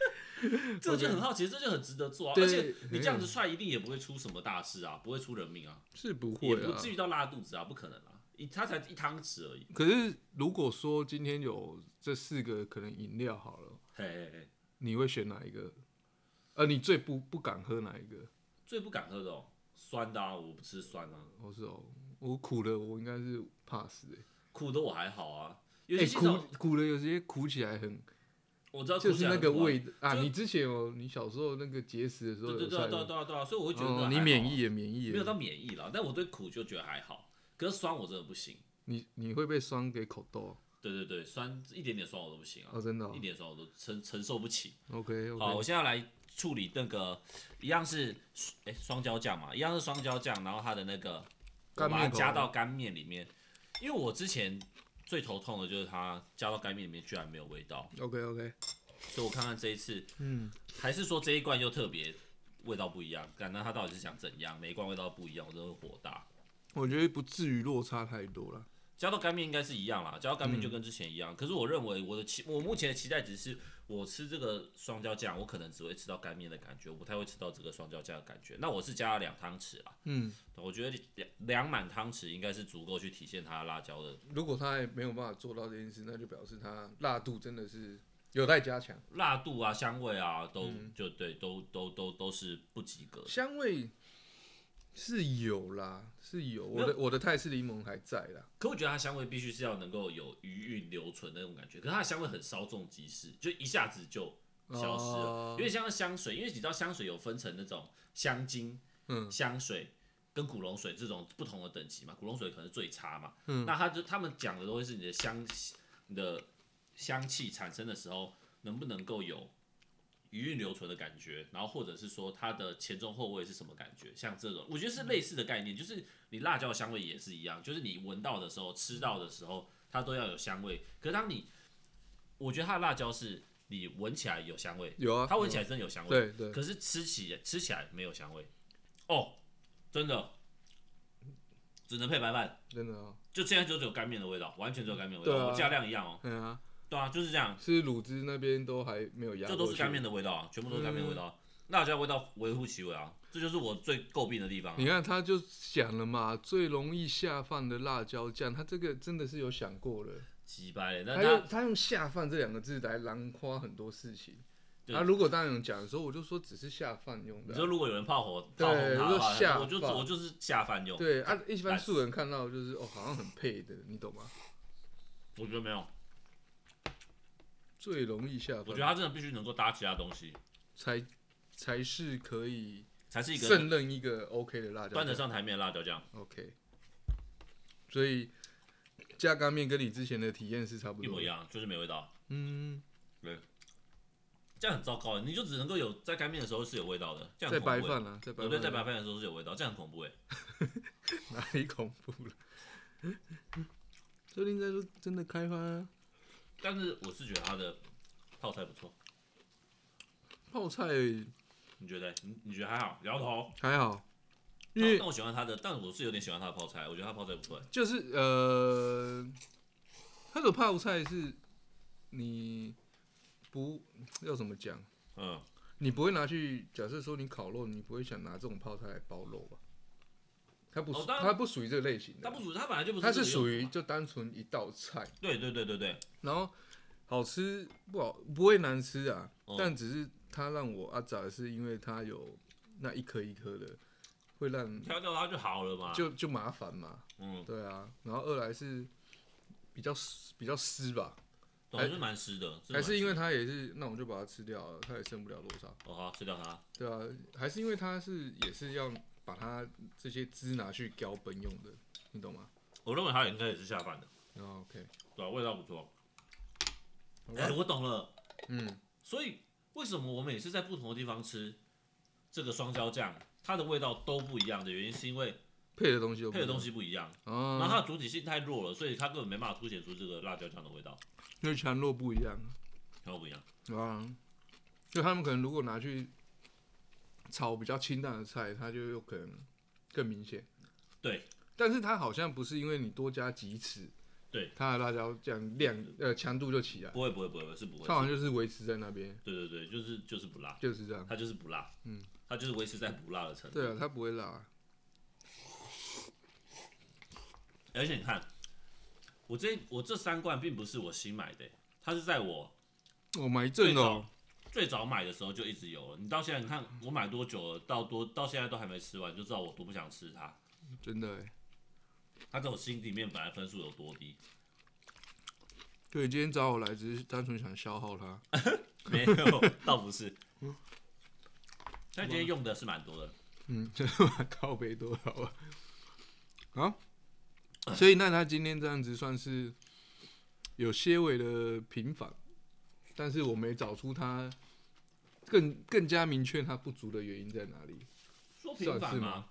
Speaker 1: 这个就很好奇，这就很值得做啊，
Speaker 2: 对
Speaker 1: 而且你这样子踹一定也不会出什么大事啊，不会出人命啊，
Speaker 2: 是不会
Speaker 1: 也不
Speaker 2: 啊
Speaker 1: 至。于到拉肚子啊，不可能啊，一他才一汤匙而已，
Speaker 2: 可是如果说今天有这四个可能饮料好了，
Speaker 1: 嘿嘿嘿。
Speaker 2: 你会选哪一个？呃，你最不不敢喝哪一个？
Speaker 1: 最不敢喝的、哦，酸的啊，我不吃酸啊，
Speaker 2: 我是哦，我苦的我应该是 pass 欸
Speaker 1: 苦的我还好啊，尤其
Speaker 2: 哎、
Speaker 1: 是这
Speaker 2: 苦
Speaker 1: 种、
Speaker 2: 苦的有些苦起来很，
Speaker 1: 我知道
Speaker 2: 就
Speaker 1: 苦起
Speaker 2: 是
Speaker 1: 来
Speaker 2: 那
Speaker 1: 很
Speaker 2: 个
Speaker 1: 苦啊
Speaker 2: 味道啊。
Speaker 1: 就
Speaker 2: 你之前有你小时候那个节食的时候
Speaker 1: 对对
Speaker 2: 有
Speaker 1: 对
Speaker 2: 菜
Speaker 1: 啊对啊
Speaker 2: 吗？
Speaker 1: 对啊对啊，所以我会觉得、
Speaker 2: 哦，你免疫，也免疫
Speaker 1: 没有
Speaker 2: 了，
Speaker 1: 到免疫啦，但我对苦就觉得还好，可是酸我真的不行，
Speaker 2: 你你会被酸给口痘
Speaker 1: 对对对，酸一点点酸我都不行啊，
Speaker 2: 哦，真的、
Speaker 1: 一
Speaker 2: 哦。
Speaker 1: 点酸我都承承受不起。
Speaker 2: OK
Speaker 1: 好，呃我
Speaker 2: OK，
Speaker 1: 现在来处理那个一样是哎双椒酱嘛，一样是双椒酱，然后它的那个
Speaker 2: 干
Speaker 1: 我把它
Speaker 2: 面口
Speaker 1: 加
Speaker 2: 味
Speaker 1: 到干面里面，因为我之前最头痛的就是它加到干面里面居然没有味道，
Speaker 2: OK OK，
Speaker 1: 所以我看看这一次
Speaker 2: 嗯，
Speaker 1: 还是说这一罐又特别味道不一样？感到它到底是想怎样？每一罐味道不一样，我真的会火大。
Speaker 2: 我觉得不至于落差太多了。
Speaker 1: 加到干面应该是一样啦，加到干面就跟之前一样。可是我认为我的期，我目前的期待只是我吃这个双椒酱，我可能只会吃到干面的感觉，我不太会吃到这个双椒酱的感觉。那我是加了两汤匙啦，
Speaker 2: 嗯，
Speaker 1: 我觉得两两满汤匙应该是足够去体现它辣椒的
Speaker 2: 如果他还没有办法做到这件事，那就表示他辣度真的是有待加强。
Speaker 1: 辣度啊、香味啊，都、就对，都都都都是不及格的。
Speaker 2: 香味是有啦，是有。
Speaker 1: 没有
Speaker 2: 我的我的泰式柠檬还在啦。
Speaker 1: 可我觉得它香味必须是要能够有余韵留存的那种感觉，可是它的香味很稍纵即逝，就一下子就消失了，
Speaker 2: 哦
Speaker 1: 有点像是香水，因为你知道香水有分成那种香精、
Speaker 2: 嗯
Speaker 1: 香水跟古龙水这种不同的等级嘛，古龙水可能是最差嘛，
Speaker 2: 嗯
Speaker 1: 那它就他们讲的都会是你的香、你的香气产生的时候能不能够有余韵留存的感觉，然后或者是说它的前中后味是什么感觉，像这种，我觉得是类似的概念，就是你辣椒的香味也是一样，就是你闻到的时候、吃到的时候，它都要有香味。可是当你我觉得它的辣椒是你闻起来有香味，
Speaker 2: 有啊，
Speaker 1: 它闻起来真的有香味，
Speaker 2: 对对，
Speaker 1: 可是吃起吃起来没有香味，哦，真的，只能配白饭，
Speaker 2: 真的啊，
Speaker 1: 就现在就只有干面的味道，完全只有干面的味
Speaker 2: 对
Speaker 1: 道，
Speaker 2: 啊
Speaker 1: 我价量一样哦，
Speaker 2: 对啊，
Speaker 1: 对啊，就是这样，
Speaker 2: 是卤汁那边都还没有压，
Speaker 1: 这都是干面
Speaker 2: 的。
Speaker 1: 的味道啊，全部都是干面
Speaker 2: 嗯
Speaker 1: 的味道啊，辣椒味道微乎其微啊，这就是我最诟病的地方啊
Speaker 2: 你，看，他就讲了嘛，最容易下饭的辣椒酱，他这个真的是有想过了。
Speaker 1: 鸡掰嘞，但
Speaker 2: 他
Speaker 1: 它
Speaker 2: 用他用下饭这两个字来囊括很多事情。
Speaker 1: 对
Speaker 2: 他如果当然讲的时候，我就说只是下饭用
Speaker 1: 你
Speaker 2: 的
Speaker 1: 说
Speaker 2: 啊、
Speaker 1: 如果有人炮火
Speaker 2: 对
Speaker 1: 炮轰他的
Speaker 2: 就下
Speaker 1: 话，我就
Speaker 2: 饭
Speaker 1: 我就是下饭用，
Speaker 2: 对啊，一般
Speaker 1: 懒
Speaker 2: 素人看到就是哦，好像很配的，你懂吗？
Speaker 1: 我觉得没有，
Speaker 2: 最容易下饭，
Speaker 1: 我觉得它真的必须能够搭其他东西，
Speaker 2: 才才是可以
Speaker 1: 才是一个
Speaker 2: 胜任一个 OK 的辣椒酱，
Speaker 1: 端得上台面的辣椒酱，
Speaker 2: OK。所以加干面跟你之前的体验是差不多
Speaker 1: 一模一。样，就是没味道。
Speaker 2: 嗯，
Speaker 1: 这样很糟糕，你就只能够有在干面的时候是有味道的，这样
Speaker 2: 在
Speaker 1: 很
Speaker 2: 白
Speaker 1: 恐怖欸。
Speaker 2: 饭啊，在白
Speaker 1: 我对，
Speaker 2: 饭，
Speaker 1: 在白饭的时候是有味道，这样很恐怖哎。
Speaker 2: 哪里恐怖了？ 最近在说真的开饭啊，
Speaker 1: 但是我是觉得它的泡菜不错，
Speaker 2: 泡菜
Speaker 1: 你觉得？你你觉得还好？摇头。
Speaker 2: 还好，
Speaker 1: 但
Speaker 2: 因为
Speaker 1: 但我喜欢它的，但我是有点喜欢它的泡菜，我觉得它泡菜不错欸。
Speaker 2: 就是呃，它的泡菜是你不要怎么讲，
Speaker 1: 嗯，
Speaker 2: 你不会拿去，假设说你烤肉，你不会想拿这种泡菜来包肉吧？它不
Speaker 1: 哦
Speaker 2: 属，
Speaker 1: 当然
Speaker 2: 它不属于这个类型
Speaker 1: 它，
Speaker 2: 的
Speaker 1: 不属，它本来就不
Speaker 2: 它是
Speaker 1: 这个用
Speaker 2: 属于
Speaker 1: 途嘛
Speaker 2: 就单纯一道菜，
Speaker 1: 对对对对对，
Speaker 2: 然后好吃不好不会难吃啊，
Speaker 1: 哦
Speaker 2: 但只是它让我阿杂是因为它有那一颗一颗的，会让
Speaker 1: 挑掉它就好了嘛。
Speaker 2: 就就麻烦嘛，
Speaker 1: 嗯，
Speaker 2: 对啊，然后二来是比较湿比较湿吧，
Speaker 1: 对，还是蛮湿的，
Speaker 2: 还是因
Speaker 1: 为
Speaker 2: 为它也是，那我们就把它吃掉了，它也剩不了多少，
Speaker 1: 哦好吃掉它。
Speaker 2: 对啊，还是因为它是也是要把它这些汁拿去浇本用的，你懂吗？
Speaker 1: 我认为它应该也是下饭的，
Speaker 2: 哦 OK，
Speaker 1: 对吧？味道不错。
Speaker 2: 好
Speaker 1: 哎，
Speaker 2: 吧，
Speaker 1: 我懂了。
Speaker 2: 嗯，
Speaker 1: 所以为什么我每次在不同的地方吃这个双椒酱，它的味道都不一样的原因，是因为
Speaker 2: 配的东西都不
Speaker 1: 配
Speaker 2: 一
Speaker 1: 的
Speaker 2: 样
Speaker 1: 东西不一样，然后它
Speaker 2: 啊，
Speaker 1: 的主体性太弱了，所以它根本没办法凸显出这个辣椒酱的味道，
Speaker 2: 因为强弱不一样
Speaker 1: 全部不一样。
Speaker 2: 啊，就他们可能如果拿去炒比较清淡的菜，它就有可能更明显。
Speaker 1: 对，
Speaker 2: 但是它好像不是因为你多加几匙，
Speaker 1: 对，
Speaker 2: 它的辣椒酱量呃强度就起来，
Speaker 1: 不会不会不会是不
Speaker 2: 它好像
Speaker 1: 会，
Speaker 2: 就是维持在那边，
Speaker 1: 对对对，就是就是不辣，
Speaker 2: 就是这样。
Speaker 1: 它就是不辣，
Speaker 2: 嗯，
Speaker 1: 它就是维持在不辣的程度。
Speaker 2: 对啊，它不会辣。
Speaker 1: 而且你看，我这我这三罐并不是我新买的、欸它是在我
Speaker 2: 我买一阵
Speaker 1: 对
Speaker 2: 哦，
Speaker 1: 最早买的时候就一直有了。你到现在你看我买多久了，到多到现在都还没吃完，就知道我多不想吃它。
Speaker 2: 真的欸。
Speaker 1: 他在我心里面本来分数有多低，
Speaker 2: 对，今天找我来只是单纯想消耗它。
Speaker 1: 没有，倒不是。但今天用的是蛮多的，
Speaker 2: 嗯， 真的吗？靠背多少啊？好，所以那他今天这样子算是有些微的平反，但是我没找出他更更加明确他不足的原因在哪里。
Speaker 1: 说平
Speaker 2: 算
Speaker 1: 凡
Speaker 2: 是
Speaker 1: 吗
Speaker 2: 吗？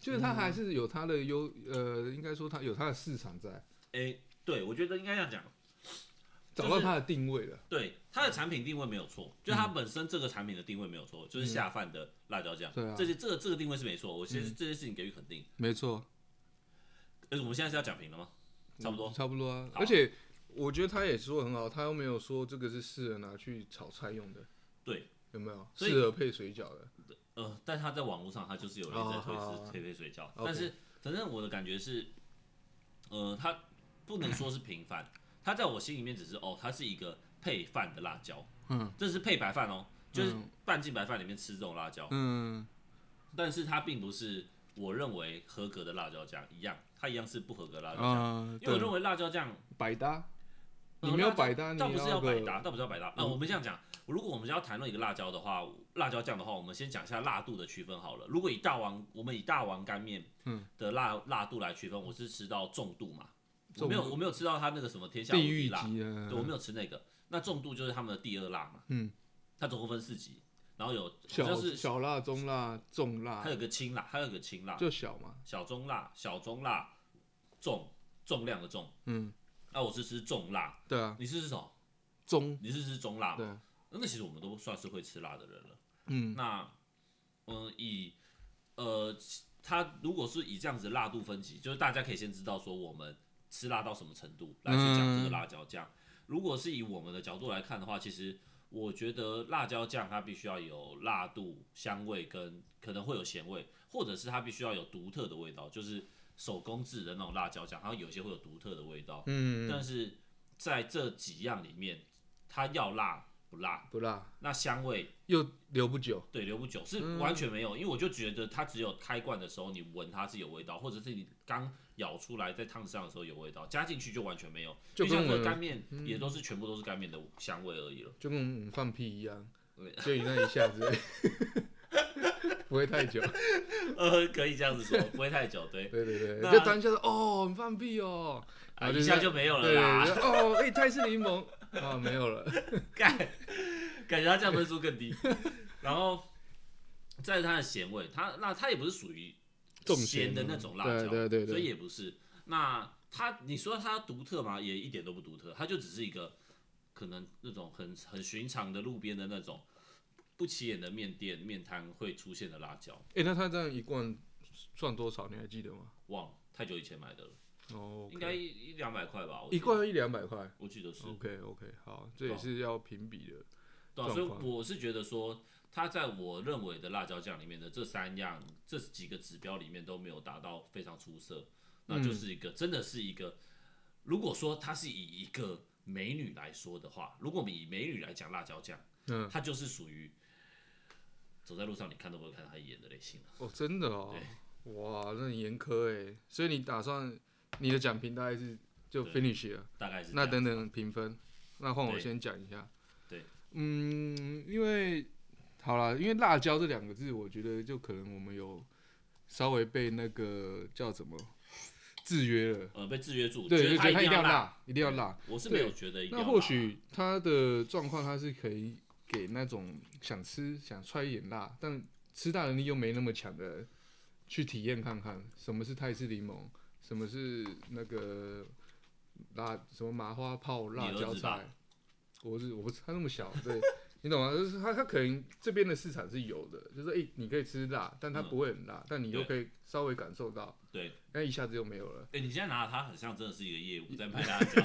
Speaker 2: 就是他还是有他的优，呃，应该说他有他的市场在，
Speaker 1: 哎、对，我觉得应该这样讲，
Speaker 2: 找到他的定位了。
Speaker 1: 对它的产品定位没有错，就
Speaker 2: 嗯
Speaker 1: 它本身这个产品的定位没有错，就是下饭的辣椒酱，
Speaker 2: 对啊嗯
Speaker 1: 这些这个这个定位是没错，我先、这件事情给予肯定。
Speaker 2: 没错，
Speaker 1: 但呃是我们现在是要讲评了吗？差不多，
Speaker 2: 差不多啊。
Speaker 1: 好
Speaker 2: 而且我觉得他也说得很好，他又没有说这个是适合拿去炒菜用的。
Speaker 1: 对，
Speaker 2: 有没有
Speaker 1: 所以
Speaker 2: 适合配水饺的？
Speaker 1: 呃，但它在网络上它就是有人在推
Speaker 2: 哦好好
Speaker 1: 是
Speaker 2: 好
Speaker 1: 推推水饺，
Speaker 2: OK
Speaker 1: 但是反正我的感觉是，呃，它不能说是平凡，它在我心里面只是哦，它是一个配饭的辣椒，
Speaker 2: 嗯，
Speaker 1: 这是配白饭哦，就是
Speaker 2: 嗯
Speaker 1: 拌进白饭里面吃这种辣椒，
Speaker 2: 嗯，
Speaker 1: 但是它并不是我认为合格的辣椒酱一样，它一样是不合格的辣椒酱，
Speaker 2: 啊，
Speaker 1: 因为我
Speaker 2: 对
Speaker 1: 认为辣椒酱
Speaker 2: 百搭，
Speaker 1: 呃
Speaker 2: 你没有
Speaker 1: 辣椒
Speaker 2: 百搭，你
Speaker 1: 倒不是要
Speaker 2: 个嗯
Speaker 1: 百搭，倒不是要百搭。啊、我们这样讲，如果我们要谈论一个辣椒的话，辣椒酱的话，我们先讲一下辣度的区分好了。如果以大王，我们以大王干面
Speaker 2: 嗯
Speaker 1: 的辣、辣度来区分，我是吃到重度嘛，我
Speaker 2: 重
Speaker 1: 没有
Speaker 2: 度
Speaker 1: 我没有吃到它那个什么天下无
Speaker 2: 地狱
Speaker 1: 敌辣，
Speaker 2: 级
Speaker 1: 对
Speaker 2: 啊，
Speaker 1: 我没有吃那个。那重度就是他们的第二辣嘛，
Speaker 2: 嗯，
Speaker 1: 它总共分四级，然后有好
Speaker 2: 小
Speaker 1: 像是
Speaker 2: 小辣、中辣、重辣
Speaker 1: 还，有个轻辣，还有个轻辣，
Speaker 2: 就小嘛，
Speaker 1: 小中辣、小中辣、重重量的重。
Speaker 2: 嗯，
Speaker 1: 那、我是吃重辣，
Speaker 2: 对啊，
Speaker 1: 你是吃什么？
Speaker 2: 中，
Speaker 1: 你是吃中辣
Speaker 2: 对
Speaker 1: 嘛？那其实我们都算是会吃辣的人了。
Speaker 2: 嗯，
Speaker 1: 那嗯、呃以呃，它如果是以这样子辣度分级，就是大家可以先知道说我们吃辣到什么程度来去讲这个
Speaker 2: 嗯
Speaker 1: 辣椒酱。如果是以我们的角度来看的话，其实我觉得辣椒酱它必须要有辣度、香味跟可能会有咸味，或者是它必须要有独特的味道，就是手工制的那种辣椒酱，它有些会有独特的味道。
Speaker 2: 嗯，
Speaker 1: 但是在这几样里面，它要辣不辣？
Speaker 2: 不辣，
Speaker 1: 那香味
Speaker 2: 又留不久，
Speaker 1: 对，留不久
Speaker 2: 嗯
Speaker 1: 是完全没有，因为我就觉得它只有开罐的时候你闻它是有味道，或者是你刚咬出来在汤匙上的时候有味道，加进去就完全没有。
Speaker 2: 就跟
Speaker 1: 像
Speaker 2: 我嗯们
Speaker 1: 这干面也都是全部都是干面的香味而已了。
Speaker 2: 就跟我们放屁一样
Speaker 1: 对，
Speaker 2: 就你那一下子， 不会太久，
Speaker 1: 呃，可以这样子说，不会太久， 对，
Speaker 2: 对对对，
Speaker 1: 那
Speaker 2: 就当下说哦，你放屁哦，
Speaker 1: 啊，
Speaker 2: 然后
Speaker 1: 一下就没有了啦，
Speaker 2: 对，对对哦，哎，泰式柠檬啊，没有了，
Speaker 1: 干，感觉它这样分数更低。然后，再是它的咸味，它那它也不是属于
Speaker 2: 重
Speaker 1: 咸的
Speaker 2: 嘛
Speaker 1: 那种辣椒，
Speaker 2: 对对对对，
Speaker 1: 所以也不是。那它，你说它独特吗？也一点都不独特，它就只是一个可能那种很很寻常的路边的那种不起眼的面店面摊会出现的辣椒，
Speaker 2: 哎，那他这样一罐算多少？你还记得吗？
Speaker 1: 忘了太久以前买的了，
Speaker 2: 哦，
Speaker 1: 应该一一两百块吧，我记
Speaker 2: 一
Speaker 1: 得
Speaker 2: 罐要一两百块。
Speaker 1: 我记得是，
Speaker 2: OK OK，好，这
Speaker 1: 对
Speaker 2: 也
Speaker 1: 啊
Speaker 2: 是要评比的。
Speaker 1: 对啊、所以
Speaker 2: 状况
Speaker 1: 我是觉得说。它在我认为的辣椒酱里面的这三样、这几个指标里面都没有达到非常出色，那就是一
Speaker 2: 嗯
Speaker 1: 个、真的是一个如果说它是以一个美女来说的话，如果我们以美女来讲辣椒酱，
Speaker 2: 嗯，
Speaker 1: 它就是属于走在路上你看都不会看她一眼的类型了。
Speaker 2: 哦，真的哦，哇，那很严苛哎。所以你打算你的奖评大概是就
Speaker 1: 对
Speaker 2: finish 了？
Speaker 1: 大概是这
Speaker 2: 那
Speaker 1: 样
Speaker 2: 等等评分，那换我
Speaker 1: 对
Speaker 2: 先讲一下。
Speaker 1: 对，
Speaker 2: 嗯，因为好啦，因为辣椒这两个字，我觉得就可能我们有稍微被那个叫什么制约了。
Speaker 1: 呃被制约住，
Speaker 2: 对，
Speaker 1: 觉
Speaker 2: 就
Speaker 1: 得
Speaker 2: 觉得
Speaker 1: 她
Speaker 2: 它一定
Speaker 1: 要，
Speaker 2: 要辣，一定要辣。
Speaker 1: 我是
Speaker 2: 对
Speaker 1: 没有觉得一定
Speaker 2: 那
Speaker 1: 要辣
Speaker 2: 或许他的状况，他是可以给那种想吃、想踹一点辣，但吃辣能力又没那么强的人去体验看看，什么是泰式柠檬，什么是那个辣，什么麻花泡辣
Speaker 1: 你儿
Speaker 2: 椒
Speaker 1: 子吧
Speaker 2: 菜。我是我不是他那么小，对 你懂吗？就是他他可能这边的市场是有的，就是诶、你可以吃辣，但它
Speaker 1: 嗯
Speaker 2: 不会很辣，但你又
Speaker 1: 对
Speaker 2: 可以稍微感受到，
Speaker 1: 对。
Speaker 2: 但一下子又没有了。
Speaker 1: 哎、你现在拿它很像真的是一个业务在卖辣 椒，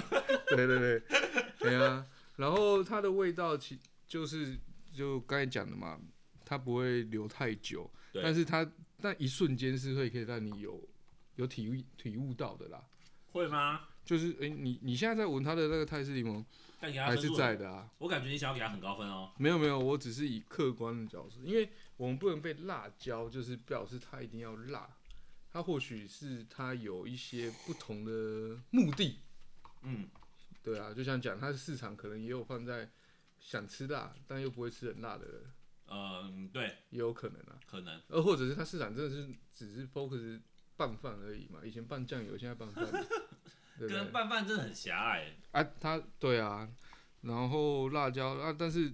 Speaker 2: 对对对，对啊。然后它的味道其就是就刚才讲的嘛，它不会留太久，
Speaker 1: 对
Speaker 2: 但是它那一瞬间是会可以让你有有体悟体悟到的啦。
Speaker 1: 会吗？
Speaker 2: 就是诶，你你现在在闻它的那个泰式柠檬
Speaker 1: 但给它
Speaker 2: 还
Speaker 1: 分
Speaker 2: 是
Speaker 1: 数，
Speaker 2: 在的啊？
Speaker 1: 我感觉你想要给它很高分哦。
Speaker 2: 没有没有，我只是以客观的角度，因为我们不能被辣椒就是表示它一定要辣，它或许是它有一些不同的目的。
Speaker 1: 嗯，
Speaker 2: 对啊，就像讲，它的市场可能也有放在想吃辣但又不会吃很辣的人，
Speaker 1: 嗯，对，
Speaker 2: 也有可能啊。
Speaker 1: 可能
Speaker 2: 呃，或者是它市场真的是只是 focus 拌饭而已嘛，以前拌酱油，现在 拌饭，对不对
Speaker 1: 跟？拌饭真的很狭隘。
Speaker 2: 啊，它对啊，然后辣椒啊，但是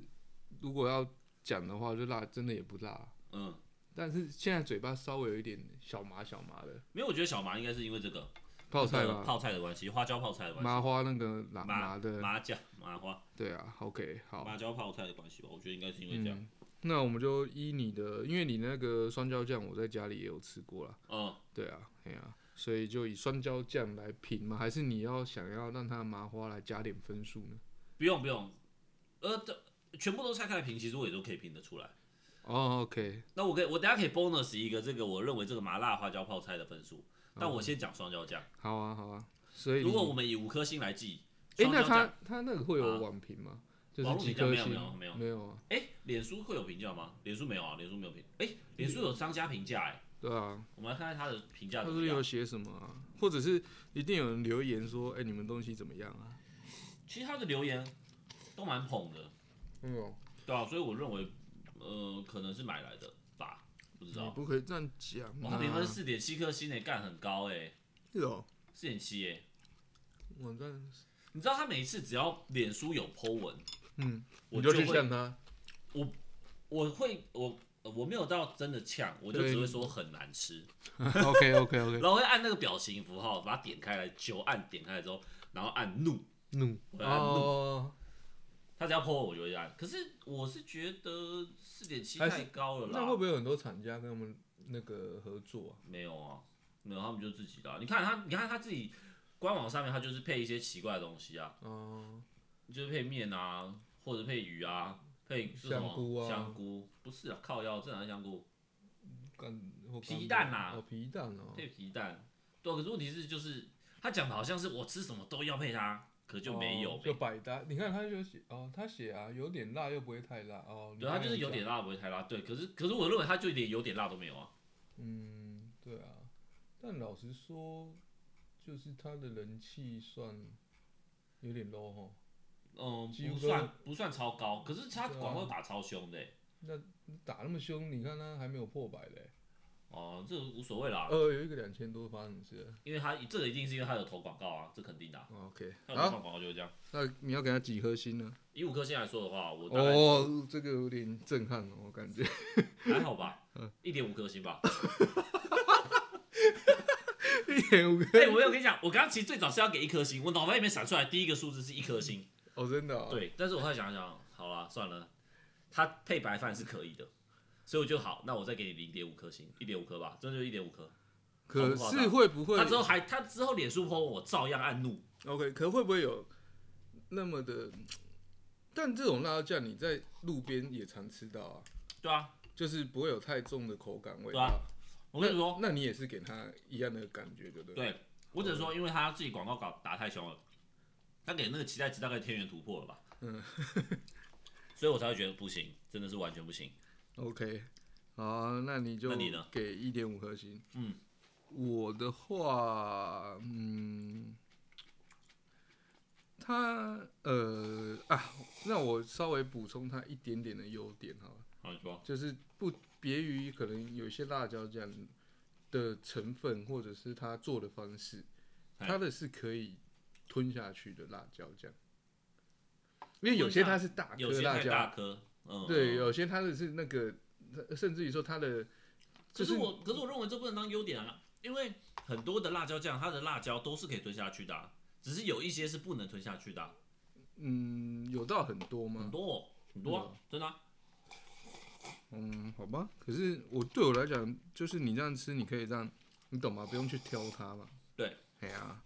Speaker 2: 如果要讲的话，就辣真的也不辣，
Speaker 1: 嗯，
Speaker 2: 但是现在嘴巴稍微有一点小麻小麻的
Speaker 1: 没有，我觉得小麻应该是因为这个
Speaker 2: 泡菜
Speaker 1: 这个
Speaker 2: 嘛，
Speaker 1: 泡菜的关系，花椒泡菜的关系，
Speaker 2: 麻花那个辣
Speaker 1: 麻
Speaker 2: 麻的，
Speaker 1: 麻酱、麻花、
Speaker 2: 对啊，OK 好，
Speaker 1: 麻椒泡菜的关系吧，我觉得应该是因为这样。
Speaker 2: 嗯，那我们就依你的，因为你那个酸椒酱，我在家里也有吃过啦。
Speaker 1: 嗯，
Speaker 2: 对啊，哎呀、所以就以酸椒酱来评吗？还是你要想要让它麻花来加点分数呢？
Speaker 1: 不用不用，呃，这全部都拆开来评，其实我也都可以评得出来。
Speaker 2: 哦，OK，
Speaker 1: 那我可以，我等下可以 bonus 一个这个我认为这个麻辣花椒泡菜的分数，但我先讲双椒酱。
Speaker 2: 好啊，好啊。嗯所以你
Speaker 1: 如果我们以五颗星来计，
Speaker 2: 诶
Speaker 1: 双
Speaker 2: 那
Speaker 1: 椒酱，
Speaker 2: 它它那个会有
Speaker 1: 啊
Speaker 2: 网评吗？就
Speaker 1: 网络
Speaker 2: 是几
Speaker 1: 评价
Speaker 2: 颗
Speaker 1: 没有
Speaker 2: 星？
Speaker 1: 没有没有
Speaker 2: 啊，
Speaker 1: 哎，脸书会有评价吗？脸书没有啊，脸书没有评，哎，脸书有商家评价哎，
Speaker 2: 对啊，
Speaker 1: 我们来看看他的评价
Speaker 2: 它
Speaker 1: 怎
Speaker 2: 是
Speaker 1: 么
Speaker 2: 有
Speaker 1: 样。
Speaker 2: 写什么啊？或者是一定有人留言说，哎、你们东西怎么样啊？
Speaker 1: 其实他的留言都蛮捧的，
Speaker 2: 嗯、哦，
Speaker 1: 对啊，所以我认为，呃，可能是买来的吧，不知
Speaker 2: 你
Speaker 1: 道。
Speaker 2: 不可以这样讲
Speaker 1: 哇，他！
Speaker 2: 啊
Speaker 1: 评分四点七颗星诶，干很高哎，
Speaker 2: 是哦，
Speaker 1: 四点七哎，
Speaker 2: 网站，
Speaker 1: 你知道他每一次只要脸书有 po 文，
Speaker 2: 嗯，
Speaker 1: 我
Speaker 2: 你就
Speaker 1: 就
Speaker 2: 去
Speaker 1: 会
Speaker 2: 向它。
Speaker 1: 我会我呃我没有到真的呛，我就
Speaker 2: 对
Speaker 1: 只会说很难吃，
Speaker 2: OK OK OK，
Speaker 1: 然后会按那个表情符号把它点开来，久按点开来之后，然后按怒，
Speaker 2: 怒
Speaker 1: 我要按怒
Speaker 2: 哦，
Speaker 1: 他只要 PO 我就会按。可是我是觉得四点七
Speaker 2: 还是
Speaker 1: 太高了啦。
Speaker 2: 那会不会有很多厂家跟他们那个合作啊？
Speaker 1: 没有啊，没有，他们就自己的啊、你看他，你看他自己官网上面，他就是配一些奇怪的东西啊，
Speaker 2: 哦、
Speaker 1: 就是配面啊，或者配鱼啊，配是什么
Speaker 2: 香菇啊
Speaker 1: 香菇不是啊，靠腰，正常香菇
Speaker 2: 干或干
Speaker 1: 皮蛋啊啦
Speaker 2: 哦，皮蛋哦，
Speaker 1: 配皮蛋。对啊，可是问题是就是他讲的好像是我吃什么都要配它，可就没有
Speaker 2: 哦就
Speaker 1: 呗。
Speaker 2: 百搭。你看他就写哦，他写啊，有点辣又不会太辣哦。
Speaker 1: 对，他就是有点
Speaker 2: 辣。
Speaker 1: 辣，不会太辣。对，可是可是我认为他就连有点辣都没有啊。
Speaker 2: 嗯，对啊。但老实说，就是他的人气算有点 low 哈。
Speaker 1: 嗯，
Speaker 2: 几乎
Speaker 1: 不
Speaker 2: 都
Speaker 1: 算不算超高，可是他
Speaker 2: 对啊
Speaker 1: 广告打超凶的欸、
Speaker 2: 那打那么凶，你看他还没有破百嘞。
Speaker 1: 哦、这个无所谓啦，
Speaker 2: 呃，有一个两千多发生是。
Speaker 1: 因为他这个一定是因为他有投广告啊，这肯定的啊、
Speaker 2: 哦 OK，
Speaker 1: 他有投
Speaker 2: 好，
Speaker 1: 放广告就会这样。
Speaker 2: 那你要给他几颗星呢？
Speaker 1: 以五颗星来说的话，我大概
Speaker 2: 哦，这个有点震撼哦，我感觉。
Speaker 1: 还好吧，
Speaker 2: 嗯
Speaker 1: 一点五颗星吧。
Speaker 2: 一点五
Speaker 1: 哎、
Speaker 2: 颗。
Speaker 1: 我没有跟你讲，我刚刚其实最早是要给一颗星，我脑袋里面闪出来第一个数字是一颗星，
Speaker 2: 哦，真的、哦。。
Speaker 1: 对。但是我后来想一想，好啦，算了，他配白饭是可以的，所以我就好，那我再给你零点五颗星，一点五颗吧，真的就一点五颗。
Speaker 2: 可是会不会
Speaker 1: 他之后还他之后脸书 po 我照样按怒，
Speaker 2: OK，可会不会有那么的？但这种辣椒酱你在路边也常吃到啊，
Speaker 1: 对啊，
Speaker 2: 就是不会有太重的口感味
Speaker 1: 对
Speaker 2: 道。
Speaker 1: 啊我跟你说，
Speaker 2: 那，那你也是给它一样的感觉，对不对？
Speaker 1: 对我只能说，因为他自己广告搞打太凶了，他给那个期待值大概天元突破了吧，
Speaker 2: 嗯，
Speaker 1: 所以我才会觉得不行，真的是完全不行。
Speaker 2: OK，好啊，那你就
Speaker 1: 那你呢
Speaker 2: 给一点五颗星。
Speaker 1: 嗯，
Speaker 2: 我的话，嗯，他呃啊，那我稍微补充他一点点的优点好了。
Speaker 1: 好，你说，
Speaker 2: 就是不别于可能有一些辣椒酱的成分，或者是它做的方式，
Speaker 1: 哎
Speaker 2: 它的是可以吞下去的辣椒酱，因为有些它是大
Speaker 1: 有
Speaker 2: 颗
Speaker 1: 些
Speaker 2: 辣
Speaker 1: 太大
Speaker 2: 椒，
Speaker 1: 颗，嗯，
Speaker 2: 对，
Speaker 1: 嗯
Speaker 2: 有些它的是那个，甚至于说它的，
Speaker 1: 可
Speaker 2: 就是
Speaker 1: 我，可是我认为这不能当优点啊，因为很多的辣椒酱，它的辣椒都是可以吞下去的啊、只是有一些是不能吞下去的啊、
Speaker 2: 嗯，有到很多
Speaker 1: 很
Speaker 2: 吗？
Speaker 1: 多、哦、很多啊、真的啊、
Speaker 2: 嗯，好吧，可是我对我来讲，就是你这样吃，你可以这样，你懂吗？不用去挑它嘛。
Speaker 1: 对，
Speaker 2: 哎呀、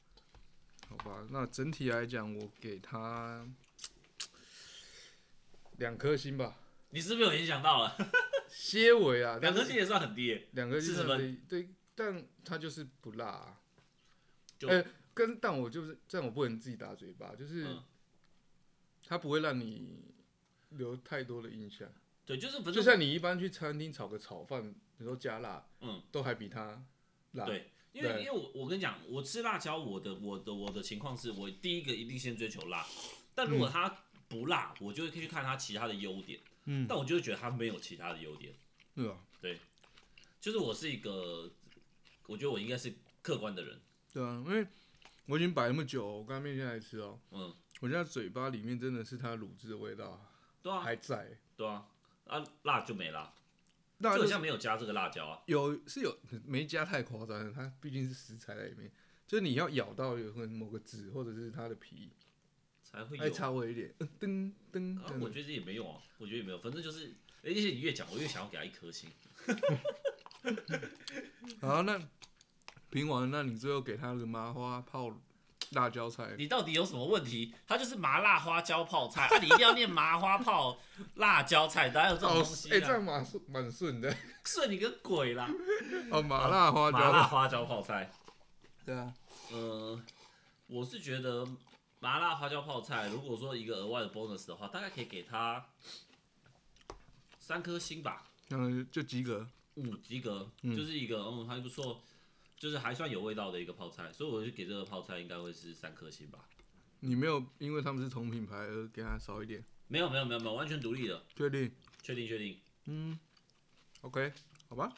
Speaker 2: 好吧，那整体来讲，我给它两颗星吧，
Speaker 1: 你是不是有影响到了？
Speaker 2: 些微啊，
Speaker 1: 两颗
Speaker 2: 但
Speaker 1: 星
Speaker 2: 是
Speaker 1: 也算很低耶，
Speaker 2: 两颗星
Speaker 1: 40
Speaker 2: 算
Speaker 1: 分
Speaker 2: 可以，对，但它就是不辣、啊。
Speaker 1: 就
Speaker 2: 哎跟但我就是这样，我不能自己打嘴巴，就是
Speaker 1: 嗯
Speaker 2: 它不会让你留太多的印象。
Speaker 1: 对，就是反
Speaker 2: 就
Speaker 1: 正
Speaker 2: 像你一般去餐厅炒个炒饭，你说加辣，
Speaker 1: 嗯，
Speaker 2: 都还比它辣。
Speaker 1: 对因为
Speaker 2: 对
Speaker 1: 因为我我跟你讲，我吃辣椒，我的我的我的情况是我第一个一定先追求辣，但如果它不辣，我就会去看它其他的优点，
Speaker 2: 嗯
Speaker 1: 但我就会觉得它没有其他的优点。
Speaker 2: 对啊，
Speaker 1: 就是我是一个，我觉得我应该是客观的人，
Speaker 2: 对啊，因为我已经摆那么久，我刚刚面现在吃哦，
Speaker 1: 嗯，
Speaker 2: 我现在嘴巴里面真的是它卤汁的味道
Speaker 1: 对啊，
Speaker 2: 还在，
Speaker 1: 对啊，啊辣就没辣，
Speaker 2: 那
Speaker 1: 就
Speaker 2: 啊就
Speaker 1: 好
Speaker 2: 是
Speaker 1: 像没有加这个辣椒啊，
Speaker 2: 有是有没加太夸张了，它毕竟是食材在里面，就是你要咬到有可能某个籽或者是它的皮，
Speaker 1: 才会有
Speaker 2: 还。差微一点，呃噔噔
Speaker 1: 啊
Speaker 2: 这样，
Speaker 1: 我
Speaker 2: 子，
Speaker 1: 觉得也没有啊，我觉得也没有，反正就是，而且你越讲，我越想要给他一颗星。
Speaker 2: 好，那评完，那你最后给它个麻花泡辣椒菜，
Speaker 1: 你到底有什么问题？它就是麻辣花椒泡菜，啊、你一定要念麻花泡辣椒菜，哪有这种
Speaker 2: 哦
Speaker 1: 东，西、啊？
Speaker 2: 哎，这样蛮顺蛮顺的，
Speaker 1: 顺你个鬼啦！
Speaker 2: 哦，麻辣花
Speaker 1: 麻辣
Speaker 2: 椒，
Speaker 1: 花椒泡菜，
Speaker 2: 对啊，
Speaker 1: 呃，我是觉得麻辣花椒泡菜，如果说一个额外的 bonus 的话，大概可以给它三颗星吧，
Speaker 2: 嗯，就及格，
Speaker 1: 嗯，及格，就是一个嗯还不错，就是还算有味道的一个泡菜，所以我就给这个泡菜应该会是三颗星吧。
Speaker 2: 你没有因为他们是同品牌而给它少一点，
Speaker 1: 没有没有没有没有，完全独立的，
Speaker 2: 确定？
Speaker 1: 确定确定。
Speaker 2: 嗯，OK，好吧，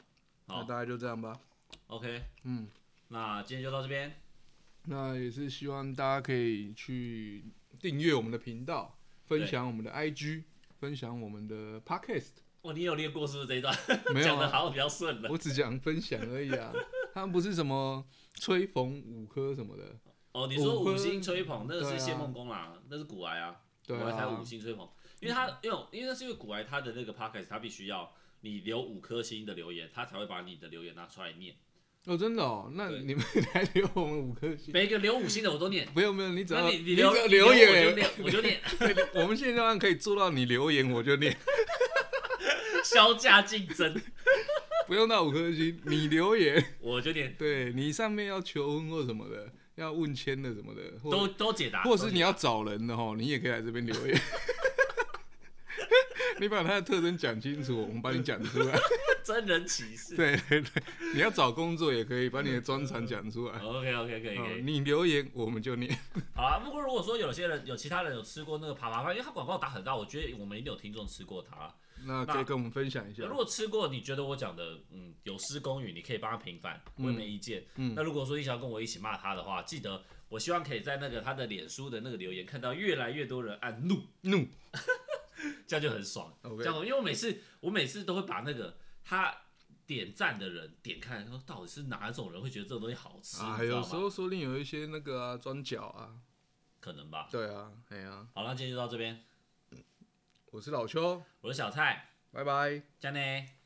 Speaker 1: 好
Speaker 2: 那大概就这样吧。
Speaker 1: OK，
Speaker 2: 嗯，
Speaker 1: 那今天就到这边。
Speaker 2: 那也是希望大家可以去订阅我们的频道，分享我们的 IG，分享我们的 Podcast。
Speaker 1: 哇，哦你有练过是不是这一段？
Speaker 2: 没有
Speaker 1: 讲的
Speaker 2: 啊，
Speaker 1: 好像比较顺了。
Speaker 2: 我只讲分享而已啊。他们不是什么吹捧五颗什么的，
Speaker 1: 哦，你说
Speaker 2: 五颗
Speaker 1: 五星吹捧那个
Speaker 2: 对啊
Speaker 1: 是谢梦工啦，那是古癌啊。
Speaker 2: 对
Speaker 1: 古埃才
Speaker 2: 啊
Speaker 1: 五，星吹捧，因为他因为因为那是因为古埃他的那个 podcast 他必须要你留五颗星的留言，他才会把你的留言拿出来念。
Speaker 2: 哦，真的哦，那
Speaker 1: 对
Speaker 2: 你们 来留我们五颗星，
Speaker 1: 每个留五星的我都念，
Speaker 2: 没有没有，你只
Speaker 1: 那
Speaker 2: 要
Speaker 1: 你
Speaker 2: 只
Speaker 1: 留
Speaker 2: 要
Speaker 1: 你留我
Speaker 2: 留
Speaker 1: 就
Speaker 2: 言，
Speaker 1: 念，我就念，
Speaker 2: 我们现在可以做到你留言我就念，
Speaker 1: 销价竞争，
Speaker 2: 不用到五颗星，你留言，
Speaker 1: 我就念，
Speaker 2: 对你上面要求婚或什么的，要问签的什么的，或
Speaker 1: 都都解答。
Speaker 2: 或是你要找人的吼，你也可以来这边留言。 你把他的特征讲清楚，我们帮你讲出来。
Speaker 1: 真人歧视。
Speaker 2: 对对对，你要找工作也可以，把你的专
Speaker 1: 嗯
Speaker 2: 长讲出来。
Speaker 1: OK OK 可以可
Speaker 2: 哦
Speaker 1: 以。
Speaker 2: 你留言我们就念。
Speaker 1: 好啊，不过如果说有些人有其他人有吃过那个爬爬饭，因为它广告打很大，我觉得我们一定有听众吃过它。
Speaker 2: 那可以跟我们分享一下
Speaker 1: 如。果吃过，你觉得我讲的嗯有失公允，你可以帮他平反，我也没意见。
Speaker 2: 嗯
Speaker 1: 那如果说你想要跟我一起骂他的话，记得我希望可以在那个他的脸书的那个留言看到越来越多人按怒，
Speaker 2: 怒
Speaker 1: 这样就很爽。
Speaker 2: ，OK，
Speaker 1: 这样我，因为我每次我每次都会把那个他点赞的人点开，说到底是哪种人会觉得这种东西好吃，
Speaker 2: 啊，
Speaker 1: 你知道
Speaker 2: 有
Speaker 1: 吗
Speaker 2: 时候说不定有一些那个啊装脚啊，
Speaker 1: 可能吧。
Speaker 2: 对啊，哎呀，
Speaker 1: 好，那今天就到这边，
Speaker 2: 我是老邱，
Speaker 1: 我是小蔡，
Speaker 2: 拜拜。
Speaker 1: 加内。